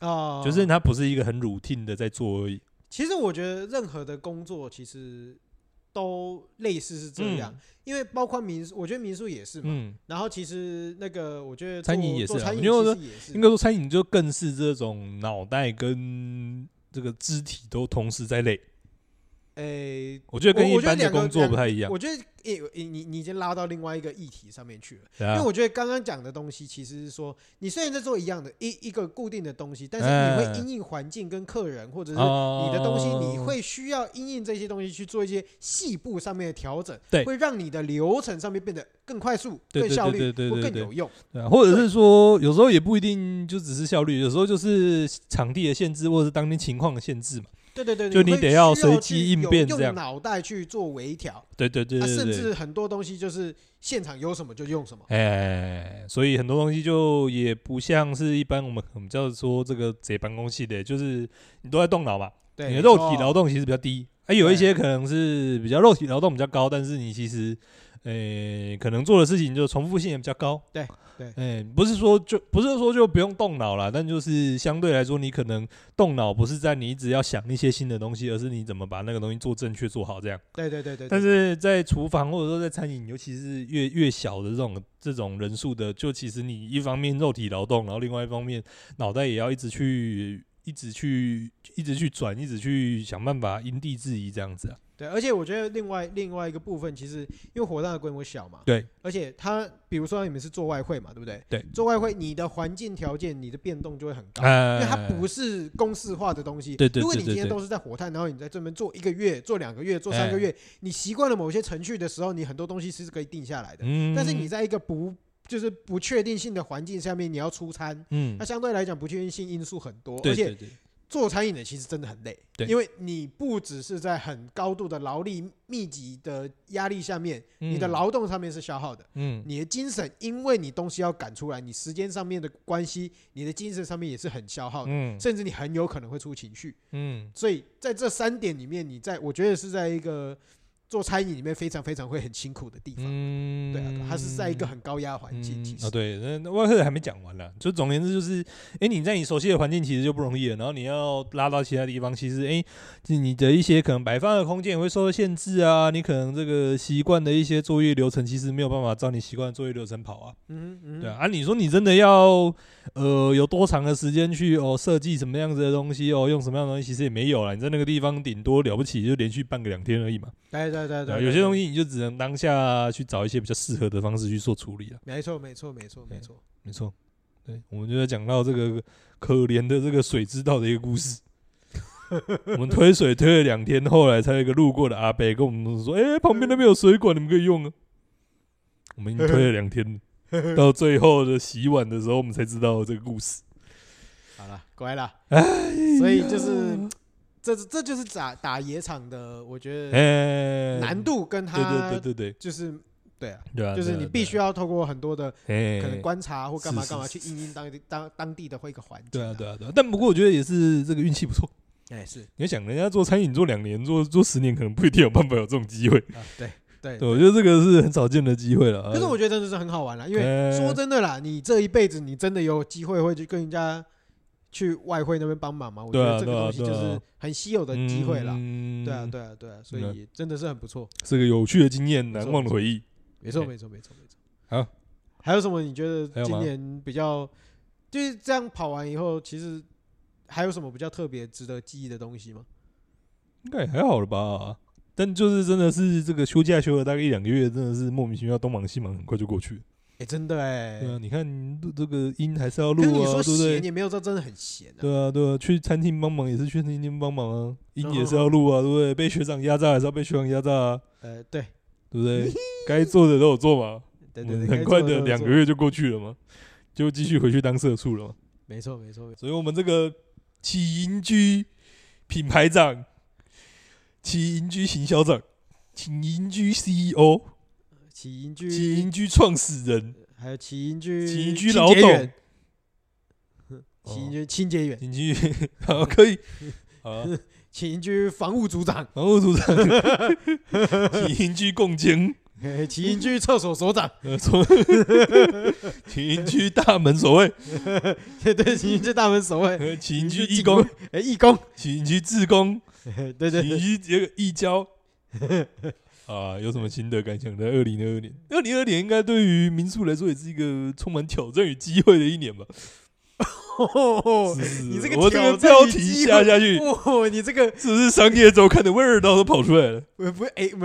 啊，
就是它不是一个很 routine 的在做而已。
其实我觉得任何的工作其实都类似是这样，因为包括民宿，我觉得民宿也是嘛。
嗯，
然后其实那个我觉得
餐
做
饮也
做
是啊
餐饮
因为我
其
说
实也是
应该说餐饮就更是这种脑袋跟这个肢体都同时在累，
诶、
我觉得跟
我
一
我觉得
般的
两个
工作不太一样
我。觉得诶、诶你你已经拉到另外一个议题上面去了，
对
因为
啊，
我觉得刚刚讲的东西，其实是说你虽然在做一样的一一个固定的东西，但是你
哎
会因应环境跟客人，或者是
哦
你的东西，你会需要因应这些东西去做一些细部上面的调整，
对
会让你的流程上面变得更快速、
对
更效率
对对对对
或更
对
有用。
对啊，或者是说有时候也不一定就只是效率，有时候就是场地的限制或者是当天情况的限制嘛。
对对对，
就你
会
得要
需
随
去
机应
有
变这
用
样
脑袋去做微调，
对对对
啊，
对
甚
对。
至很多东西就是现场有什么就用什么。
哎，所以很多东西就也不像是一般我们我们叫做说这个贼办公室的，就是你都在动脑嘛。
对，
你
没
的肉
错
体劳动其实比较低，还有一些可能是比较肉体劳动比较高，但是你其实，诶、可能做的事情就重复性也比较高。
对对
诶、不是说就不是说就不用动脑啦，但就是相对来说，你可能动脑不是在你一直要想一些新的东西，而是你怎么把那个东西做正确做好这样。
对对对对，
但
对
是在厨房或者说在餐饮，尤其是越越小的这种这种人数的，就其实你一方面肉体劳动，然后另外一方面脑袋也要一直去一直去一直去转，一直去想办法因地制宜这样子啊。
对，而且我觉得另外另外一个部分，其实因为火葬的规模小嘛，
对，
而且它比如说你们是做外汇嘛，对不对？
对，
做外汇，你的环境条件、你的变动就会很高，哦因
呃
为它不是公式化的东西。
对对
如果
对
你今
对
天
对
都是在火炭，然后你在这边做一个月、做两个月、做三个
哎
月，你习惯了某些程序的时候，你很多东西是可以定下来的。
嗯
但是你在一个不就是不确定性的环境下面，你要出餐，
嗯
那，相对来讲不确定性因素很多，而
对
且
对对，
做餐饮的其实真的很累，
对
因为你不只是在很高度的劳力密集的压力下面，你的
嗯
劳动上面是消耗的，
嗯
你的精神因为你东西要赶出来，你时间上面的关系，你的精神上面也是很消耗的，
嗯
甚至你很有可能会出情绪。
嗯
所以在这三点里面，你在我觉得是在一个做餐饮里面非常非常会很辛苦的地方，
嗯，
对啊，它是在一个很高压的环境，其
嗯
实、
哦，对，那那外科还没讲完呢。就总而言之，就是，哎，你在你熟悉的环境其实就不容易了，然后你要拉到其他地方，其实，哎，就你的一些可能摆放的空间也会受到限制啊，你可能这个习惯的一些作业流程，其实没有办法照你习惯的作业流程跑啊。
嗯哼嗯哼
对啊，啊，你说你真的要，呃，有多长的时间去哦设计什么样子的东西哦，用什么样的东西，其实也没有啦。你在那个地方顶多了不起就连续办个两天而已嘛。
对对对
对啊，
对，
有些东
西
西你就只能当下去找一些比较适合的方式去做处理了。啊
没错没错没错没
对
错，
没错，对，我们就在讲到这个可怜的这个水之道的一个 故事。我们推水推了两天，后来才有一个路过的阿伯跟我们说：“哎、旁边那边有水管，你们可 以用啊。”我们已经推了两天了，到最后的洗碗的时候，我们才知道这个故事。
好了，乖了。所以就是，这这就是打打野场的，我觉得
哎、
难，度跟
对
他
对对对
就是对啊，
对，对啊，
就是你必须要透过很多的
哎，
可能观察或干嘛
是是
干嘛去
是
应应当地当当地的或一个环境。
对啊对啊对啊。但不过我觉得也是这个运气不错。
哎是
你要想，人家做餐饮做两年，做做十年，可能不一定有办法有这种机会。
啊，对对。
对，我觉得这个是很少见的机会了。
可是我觉得真的是很好玩啦，因为
哎
说真的啦，你这一辈子你真的有机会会去跟人家去外汇那边帮忙吗？我觉
对啊
得这个
对啊
东西就
对啊
是很稀有的机会啦。
嗯
对啊，对啊，对啊，所以真的是很不错。
是个有趣的经验，
没错
难忘的回忆。
没错，
OK
没错，没错，没错。
哎好，
还有什么你觉
还
得
有
今
吗
年比较就是这样跑完以后，其实还有什么比较特别值得记忆的东西吗？
应该也还好了吧？但就是真的是这个休假休了大概一两个月，真的是莫名其妙东忙西忙，很快就过去了。
哎，真的哎
对，啊，你看这这个音还是要
可
录
是你
啊，
说
对不
闲
对？
也没有到真的很闲啊。
对啊，对啊，去餐厅帮忙也是去餐厅帮忙啊，音也是要录啊，对不对？被学长压榨还是要被学长压榨啊，
呃，对，
对 不对？该做的都有做嘛，
对
我
对
们
对，该
很快
做
的
都
两
做
个，月就过去了嘛，就继续回去当社畜了嘛。
没错没错没错。
所以我们这个起银居品牌长、起银居行销长、起银居 CEO、
起因
起
居
银，居创始人、
还有起因居，
起因居老董，哦
起因居清洁员，
进居好可以，好啊，
起因居防务组长，
然后组长起银居共经，
嘿起因居厕所所长，
呃，从起银居大门守卫，
对对，起因居大门守卫，
呃起银
居
居
义
义工，，
哎，义工，
起银居志工，
嘿对对
起
对
银，居这个 义交。啊，有什么心得感想呢？二零二二年，二零二年应该对于民宿来说也是一个充满挑战与机会的一年吧？
哦
是是，
你这
是
个
我这
挑
个
战
标
与
题
机
下
会
下 去，
哦，你这个
是不是商业周刊的味道都跑出来了？
我不哎，我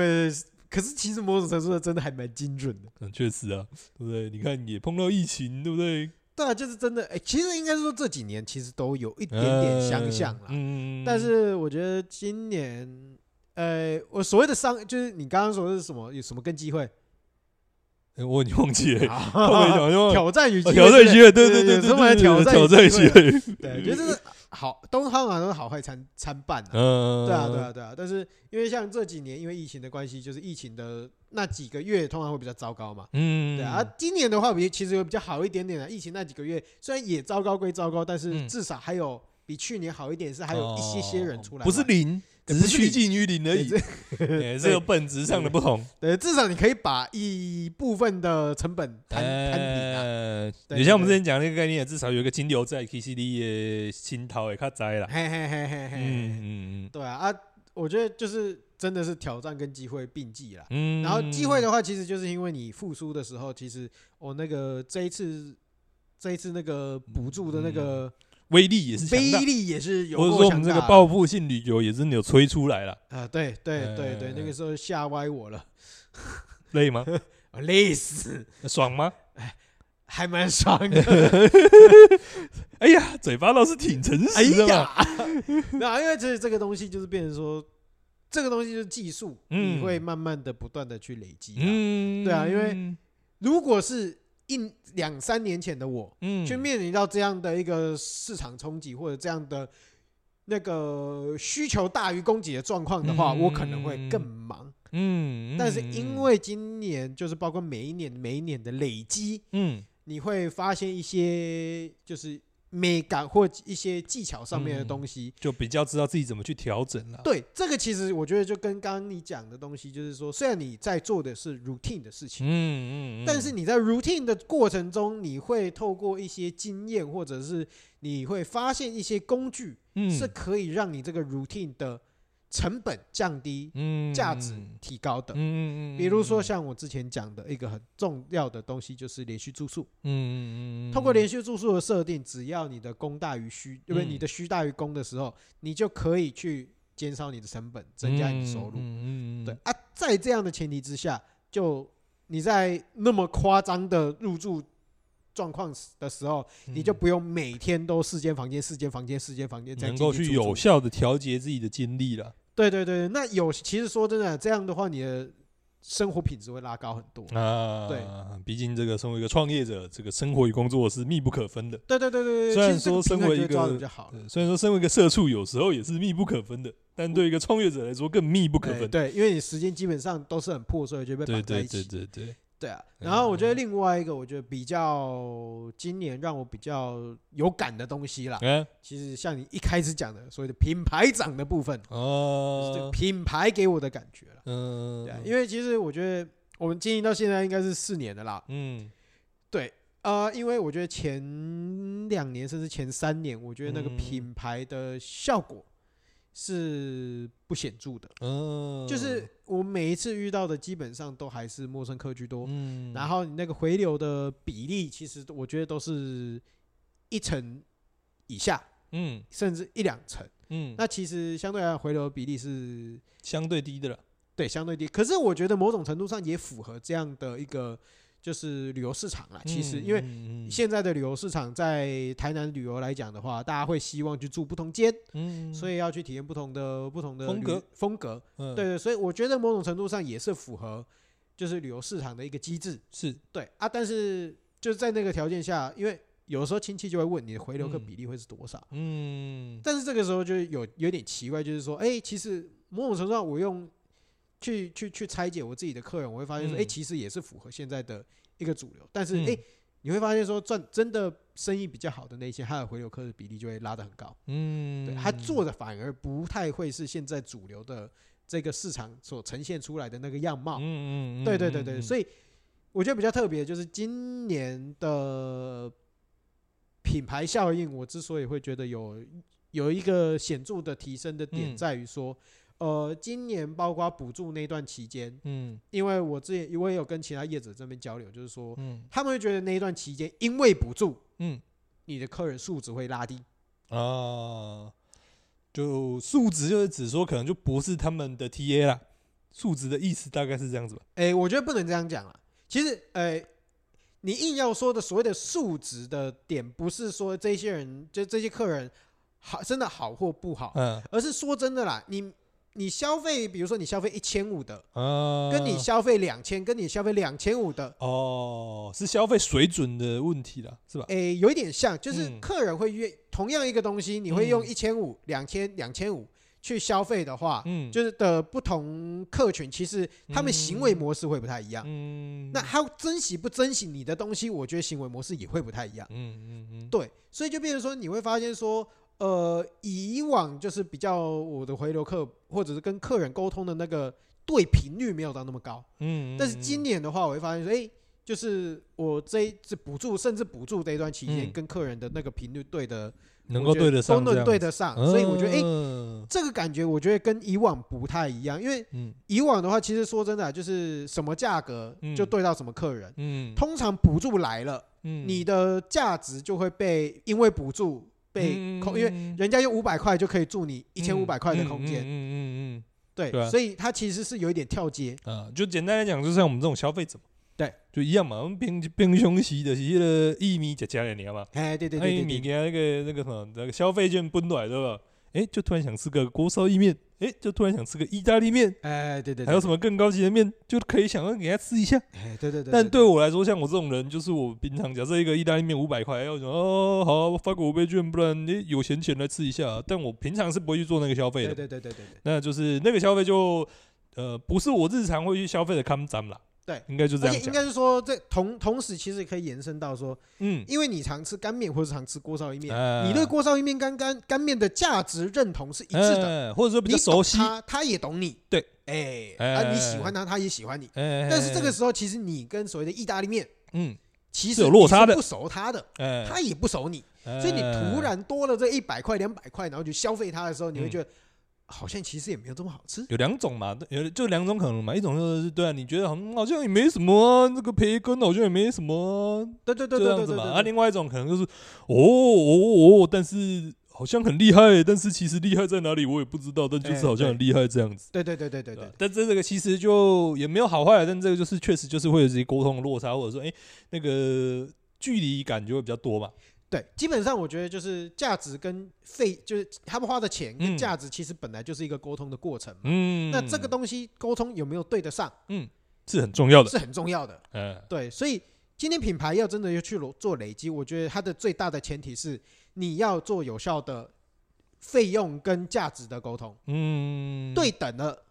可是其实某种程度上真的还蛮精准的。
嗯，确实啊，对不对？你看也碰到疫情，对不对？
对啊，就是真的哎，其实应该是说这几年其实都有一点
呃
点相像啦，
嗯，
但是我觉得今年。呃，我所谓的商就是你刚刚说的是什么？有什么跟机会？
诶哎我已经忘记 了，
啊
后面讲就忘了
挑战与机会
哦挑战与机
对
会，对对对
有
对，
时候来
对
挑
对
战
挑
与
战
机
机会，
对，就是好，都通常都是好坏参参半啊。
嗯，
对啊，对啊，，对啊。但是因为像这几年因为疫情的关系，就是疫情的那几个月通常会比较糟糕嘛。
嗯，
对啊，啊今啊年的话比其实有比较好一点点的、疫情那几个月虽然也糟糕归糟糕，但是
嗯哦
至少还有比去年好一点，是还有一些些人出来玩，
不是零，
对
只
不
是
是
趋
零
近于零而已哎
对，
也是有本质上的不同。
对，至少你可以把一部分的成本摊
哎
摊平啊。
呃，
对
也像我们之
对
前讲那个概念，至少有一个金流在 K C D 的心头也较在啦。
嘿嘿嘿嘿
嗯
嘿，
嗯
对啊啊，我觉得就是真的是挑战跟机会并济啦。
嗯，
然后机会的话，其实就是因为你复苏的时候，其实我、那个这一次这一次那个补助的那个
威力嗯也是强
威
大，
力也是有
或者
够
说我
强
们这个
大的
报复性旅游也真的有吹出来了，
啊，对对对对，
嗯
那个时候吓歪我了，
累吗？
我累死，
爽吗？
还蛮爽 的。
哎呀，嘴巴倒是挺诚
哎
实的嘛。
呀， 那因为其实这个东西就是变成说，这个东西就是技术，
嗯
你会慢慢的不断的去累积啊。
嗯，
对啊因为如果是一两三年前的我，
嗯
去面临到这样的一个市场冲击或者这样的那个需求大于供给的状况的话，
嗯
我可能会更忙。
嗯，
但是因为今年就是包括每一年每一年的累积，
嗯
你会发现一些就是美感或一些技巧上面的
嗯
东西。
就比较知道自己怎么去调整了。
对，这个其实我觉得就跟刚刚你讲的东西，就是说，虽然你在做的是 routine 的事情。
嗯嗯，
但是你在 routine 的过程中，你会透过一些经验，或者是你会发现一些工具，
你
是可以让你这个 routine 的成本降低、
嗯
价值提高的。
嗯嗯，
比如说像我之前讲的一个很重要的东西，就是连续住宿。
嗯嗯嗯，
通过连续住宿的设定，只要你的供大于需，因为
嗯
你的需大于供的时候，你就可以去减少你的成本，增加你的收入。
嗯嗯，
对啊，在这样的前提之下，就你在那么夸张的入住状况的时候，
嗯
你就不用每天都四间房间、四间房间、四间房间再
能够
进
去
进出
有
出
效的调节自己的精力了
对对对，那有其实说真的，这样的话，你的生活品质会拉高很多。
啊。，毕竟这个身为一个创业者，这个生活与工作是密不可分的。
对对对对对，
虽然
其实这个
说身
平衡
为
就
一
会抓
个
得比较好了，
虽然说身为一个社畜，有时候也是密不可分的，但对一个创业者来说更密不可
哎
分。
对，因为你时间基本上都是很破碎，就被
对
绑在
对
一
对
起。
对对，
对啊，
嗯
然后我觉得另外一个，我觉得比较今年让我比较有感的东西啦，
嗯
其实像你一开始讲的所谓的品牌长的部分，
啊
就是这个
哦，
品牌给我的感觉了。
嗯
对啊，因为其实我觉得我们经营到现在应该是四年的啦。
嗯，
呃，因为我觉得前两年甚至前三年，我觉得那个
嗯
品牌的效果是不显著的，
嗯，
就是我每一次遇到的基本上都还是陌生客居多，
嗯，
然后你那个回流的比例，其实我觉得都是一成以下，
嗯
甚至一两成。
嗯，
那其实相对来讲，回流比例是
相对低的了。
对相对低，可是我觉得某种程度上也符合这样的一个就是旅游市场啦。其
嗯
实因为
为
现在的旅游市场在台南旅游来讲的话，大家会希望去住不同间，
嗯，
所
以
以要去体验不同的不同的
风
旅
格
风格。
嗯
对对，所以我觉得某种程度上也是符合就是旅游市场的一个机制。
是
对啊，但是就是在那个条件下，因为有时候亲戚就会问你的回流客
嗯
比例会是多少。
嗯
但是这个时候就有有点奇怪，就是说，哎、其实某种程度上，我用去去去拆解我自己的客人，我会发现说，
嗯
哎、其实也是符合现在的一个主流。但是，
嗯
哎、你会发现说，赚真的生意比较好的那些，他的回流客的比例就会拉得很高。
嗯，
对他做的反而不太会是现在主流的这个市场所呈现出来的那个样貌。
嗯嗯，
对对对对，
以
所以我觉得比较特别的就是今年的品牌效应，我之所以会觉得有有一个显著的提升的点，
嗯
在于说，呃，今年包括补助那段期间，
嗯
因为我之前我也有跟其他业者这边交流，就是说
嗯
他们会觉得那一段期间因为补助，
嗯
你的客人素质会拉低。
啊，就数值就是指说可能就不是他们的 TA 啦，数值的意思大概是这样子吧。
哎，我觉得不能这样讲啊。其实，哎，你硬要说的所谓的数值的点，不是说这些人就这些客人好真的好或不好，
嗯
而是说真的啦，你你消费，比如说你消费一千五的，
啊，
跟你消费两千，跟你消费两千五的，
哦是消费水准的问题啦，是吧？
哎，有一点像，就是
嗯
客人会愿同样一个东西，你会用
嗯
一千五、两千、两千五去消费的话，
嗯，
就是的不同客群，其实他们行为模式会不太一样。
嗯
那他珍惜不珍惜你的东西，我觉得行为模式也会不太一样。
嗯嗯嗯
对，所以就变成说，你会发现说，呃，以往就是比较我的回流客或者是跟客人沟通的那个对频率没有到那么高，
嗯，
但是今年的话，我会发现说，哎、就是我这一次补助，甚至补助这一段期间，
嗯
跟客人的那个频率对的，
能
我
够
觉
对得上，
都能对，得上，所以我觉得，哎、
嗯
这个感觉我觉得跟以往不太一样，因为
嗯
以往的话，其实说真的啊，就是什么价格
嗯
就对到什么客人，
嗯，
通常补助来了，
嗯
你的价值就会被因为补助
嗯
被空，因为
为
人家用五百块就可以住你一千五百块的空间，
嗯嗯嗯嗯
对
对啊，
所以它其实是有一点跳接，
嗯啊，就简单来讲，就像我们这种消费者嘛，
对，
就一样嘛，我们平平常时就是迄个薏米食食尔尔嘛，
哎，对对
啊
对对
伊物
对，
件那个那个什么那个消费券分来对吧？哎，就突然想吃个锅烧意面，哎，就突然想吃个意大利面，
哎，对对，对
还有什？么更高级的面，就可以想要给他吃一下。
哎，对对对，
但对我来说，像我这种人，就是我平常假设一个意大利面五百块，要想哦好发个五倍券，不然你有闲钱来吃一下啊。但我平常是不会去做那个消费
对
的
对，对对对对对。
那就是那个消费就呃不是我日常会去消费的康展啦。
对，
应该就
而
这样
且应
讲。
该是说，这同同时其实也可以延伸到说，
嗯，
因为你常吃干面或者常吃锅烧意面，
哎
你对锅烧意面干干干面的价值认同是一
一
致的，
呃或者说嗯比
你
较熟
懂
悉。
他，他也懂你，
对，
哎，
哎
啊，你喜欢他，他也喜欢你，
但
但是这个时候其实你跟所谓的意大利面
哎嗯，
其
是
实
有落差的
你是不熟他的，
哎，
他也不熟你，
呃
所以你突然多了这一百块两百块，然后去消费它的时候，你
嗯
会觉得好像其实也没有这么好吃，
有两种嘛，有就两种可能嘛，一种就是对啊，你觉得好像好像也没什么啊，这个培根好像也没什么啊、
对对对
这
对
样
对
子
对
嘛。
对
啊，另外一种可能就是哦哦哦，但是好像很厉害，但是其实厉害在哪里我也不知道，但
哎
就是好像很厉害这样子。
对对对对对
对
对
啊，但这这个其实就也没有好坏，但这个就是确实就是会有这些沟通的落差，或者说哎、那个距离感就会比较多嘛。
对，基本上我觉得就是价值跟费，就是他们花的钱跟
嗯
价值，其实本来就是一个沟通的过程嘛。
嗯，
那这个东西沟通有没有对得上，
是很重要的。
是很重要的。
嗯
对，所以今天品牌要真的要去做累积，我觉得它的最大的前提是你要做有效的费用跟价值的沟通，
嗯，
对，等了，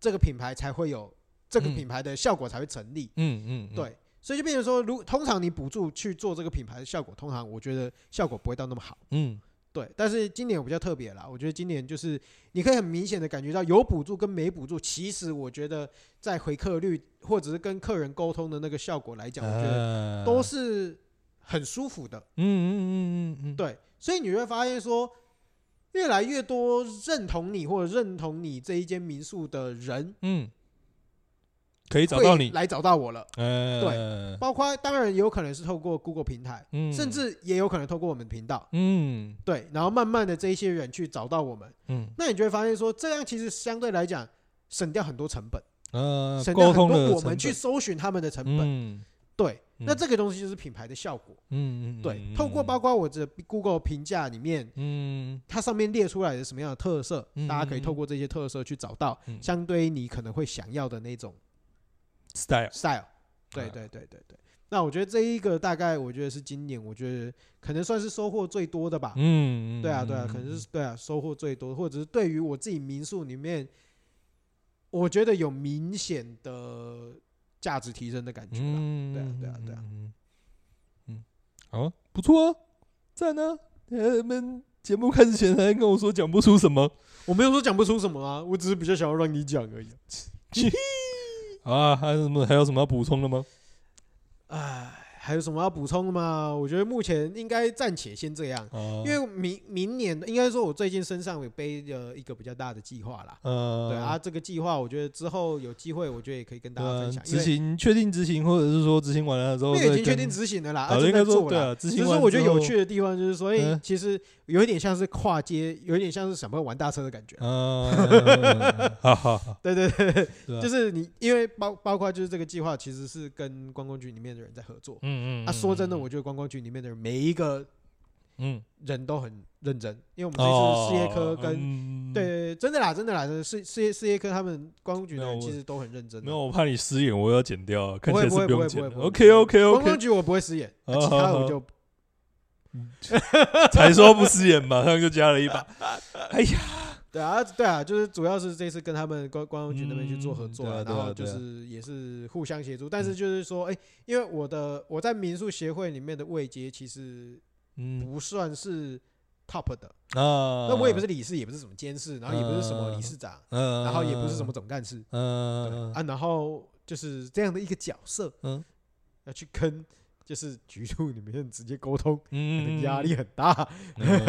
这个品牌才会有这个
嗯
品牌的效果才会成立。
嗯嗯，嗯，
对，所以就变成说，如通常你补助去做这个品牌的效果，通常我觉得效果不会到那么好。
嗯
对，但是今年我比较特别啦，我觉得今年就是你可以很明显的感觉到有补助跟没补助，其实我觉得在回客率或者是跟客人沟通的那个效果来讲，我觉得
得
都是很舒服的。
嗯嗯嗯嗯嗯，
对，所以你会发现说，越来越多认同你或者认同你这一间民宿的人
嗯，可以找
会
到你，
来找到我了，
呃，
包括当然也有可能是透过 Google 平台，
嗯，
甚至也有可能透过我们频道。
嗯
对，然后慢慢的这一些人去找到我们，
嗯
那你就会发现说，这样其实相对来讲省掉很多成本，
呃，
省掉
沟
很
通的
多我
成本
们去搜寻他们的成本。
嗯
对，
嗯
那这个东西就是品牌的效果。
嗯嗯，
对，
嗯
透过包括我的 Google 评价里面，
嗯
它上面列出来的什么样的特色，
嗯
大家可以透过这些特色去找到
嗯
相对于你可能会想要的那种
style，
style。对对对对对。那我觉得这一个大概，我觉得是今年我觉得可能算是收获最多的吧。
嗯，
对啊，对啊，
嗯
可能是对啊，收获最多，或者是对于我自己民宿里面，我觉得有明显的价值提升的感觉啦。
嗯，
对啊对啊对啊
嗯，嗯，好啊，不错啊，赞啊，呃，们节目开始前还跟我说讲不出什么，
我没有说讲不出什么啊，我只是比较想要让你讲而已。
好啊，还有什么还有什么要补充的吗？
唉，还有什么要补充的吗？我觉得目前应该暂且先这样，
因
因为明明年应该说，我最近身上有背着一个比较大的计划啦。
呃，
对啊，这个计划我觉得之后有机会，我觉得也可以跟大家分享。
呃
因
执
为
行哦确定执行，或者是说执行完了之后，
因为已经确定，执行了啦，啊
啊，应
正
该
在
说
做
对
啦。
啊，执
就
行
是
完
我觉得
之后
有趣，的地方，就是说，哎
嗯，
其实有一点像是跨街，有一点像是什么玩大车的感觉。
嗯，好好好，
对对对，
对啊
就是你，因为包包括就是这个计划，其实是跟观光局里面的人在合作。
嗯嗯，
啊，说真的，
嗯
我觉得观光局里面的人每一个
嗯，哦
人都很认真，因为我们这次事业科跟
跟，
对，真的啦，真的啦，真的事事业事业科他们观光局的
没有
人
我
其实都很认真
没
的
有，。我怕你失言，我要剪掉，看
不会
起来
不
是
会不
用
会
剪
不会
的。
不会
OK OK
观光
OK，
局我不会失言，
好
啊其他的
好
我
好
就
才说不失言，马上就加了一把。哎呀，
对啊，对啊，就是主要是这次跟他们观观光局那边去做合
嗯
作
对啊
了，
对啊
然后就
对啊嗯
是也是互相协助，但是就是说，哎，因为我的我在民宿协会里面的位阶其实
嗯
不算是 top 的。
啊，
那我也不是理事，也不是什么监事，然后也不是什么理事长，
嗯，嗯，
然后也不是什么总干事，对
嗯，嗯，
啊，然后就是这样的一个角色，
嗯，
要去跟就是局处里面直接沟通，
嗯，
压力很大。
嗯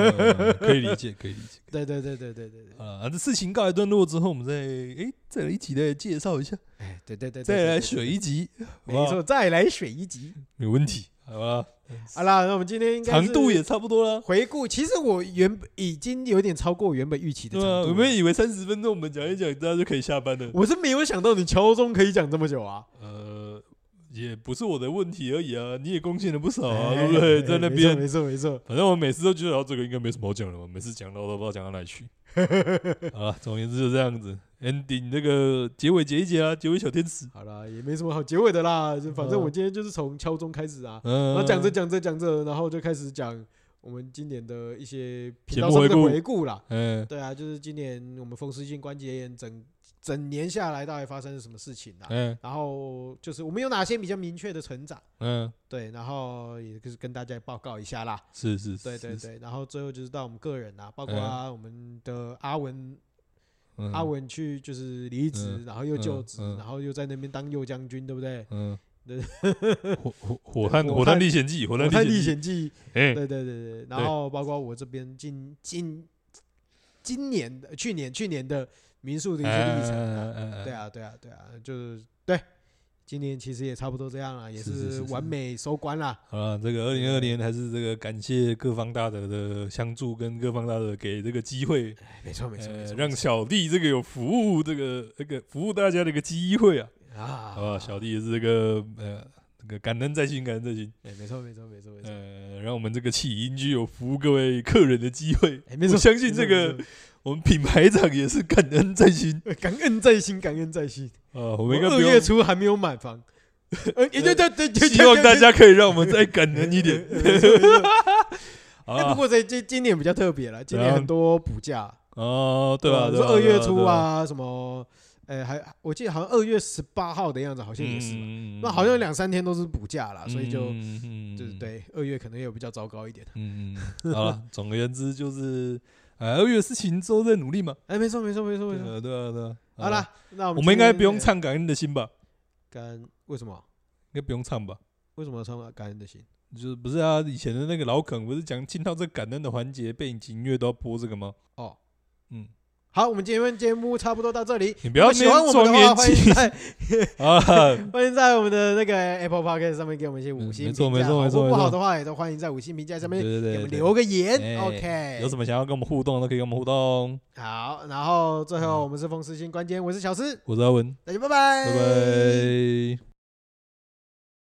可以理解，可以理解。
对对对对对对对，
啊，这事情告一段落之后，我们再诶再来一集来介绍一下，
哎，对对对，对
再来，
对
选一集，
对没错，再来选一集。
没问题，好吧？
好啦，那我们今天应该
长
是
度也差不多了，
回顾，其实我原本已经有点超过原本预期的
对
长
吧？
度
我
了。
们以为三十分钟我们讲一讲，大家就可以下班了。
我是没有想到你敲钟可以讲这么久啊！
呃，也不是我的问题而已啊，你也贡献了不少啊，
哎
对不对？
哎
在那
没错
边，
没错没错。
反正我每次都觉得哦这个应该没什么好讲的嘛，每次讲到都不知道讲到哪里去。 好了，总而言之就这样子，ending 那个结尾结一结啊，结尾小天使。
好啦，也没什么好结尾的啦，就反正
嗯
我今天就是从敲钟开始啊，
嗯，
然后讲着，讲着讲着，然后就开始讲我们今年的一些频
节
道
目
上
回
面的
顾
回顾啦。
嗯，
对啊，就是今年我们风湿性关节炎整整年下来到底发生了什么事情啊？
嗯，
然后就是我们有哪些比较明确的成长？
嗯，
对，然后也就是跟大家报告一下啦。
是是，
对对
是，是
对，然后最后就是到我们个人啊，包括
嗯
啊我们的阿文
嗯
阿，文去就是离职，
嗯
然后又就职
嗯嗯，
然后又在那边当右将军，对不对？
嗯
对，
火火火 炭
火
火炭
炭
历险记，火
我看
炭
《历
历险
险记》，
记，哎，
对对对对，然
对
后包括我这边今今今年的去年去年的民宿的一些历程啊，
嗯
对，啊对啊对啊，就是对，今年其实也差不多这样了，也
是是
是
是是
完美收官啦。
好了，这个二零二年还是这个感谢各方大德的相助跟各方大德给这个机会，
哎没错没错没
呃，
错，
让
没错
小弟这个有服务这个这个服务大家的一个机会啊，
啊
好吧，小弟也是这个呃这个感恩在心，感恩在心，
哎没错没错没错没错，
呃，让我们这个起音居有服务各位客人的机会，
哎没
我
错，
相信
没错
这个
没错
我们品牌长也是感恩在心，
呃感恩在心，感恩在心。
呃，我
我
们应该
二
不用
月初还没有满房，呃，也对对对，对
希望大。
对对
家可以让我们再感恩一 点。
没错没错
好
哎，不
啦，
过这今今年比较特别了，今年
对啊
很多补假，
哦，对吧？
是
对吧
啊二月初，
对吧
啊，什么，呃，还我记得好像二月十八号的样子，好像也是嘛。
嗯
那好像两三天都是补假啦，所以就
嗯
就是，对二月可能也比较糟糕一点。
嗯，嗯好了。 总而言之，就是呃，二月的事情之后再努力嘛。
哎，没错没错没错
对
没错。
啊，对啊，对啊。
好
啦，
啦，那我们
我
我
们应该不用唱《感恩的心》吧？
感恩，为什么？
应该不用唱吧？
为什么要唱感恩的心？
就是不是啊？以前的那个老梗，不是讲进到这感恩的环节，背景音乐都要播这个吗？
哦，
嗯，
好，我们今天节目差不多到这里。
你不要
喜欢我
装
们的话，
年
欢迎
轻
在
啊！
欢迎在我们的那个 Apple Podcast 上面给我们一些五
嗯
星
没
评
错
价，
没错
好
没错
如果不
没
好
错
的话也都欢迎在五星评价下面
对对
给我
对
们
对，
留个言。
哎
OK，
有什么想要跟我们互动的，可以跟我们互动。
好，然后最后我们是风湿性关节炎，我是小诗，
我是阿文，
嗯大家拜拜，
拜拜。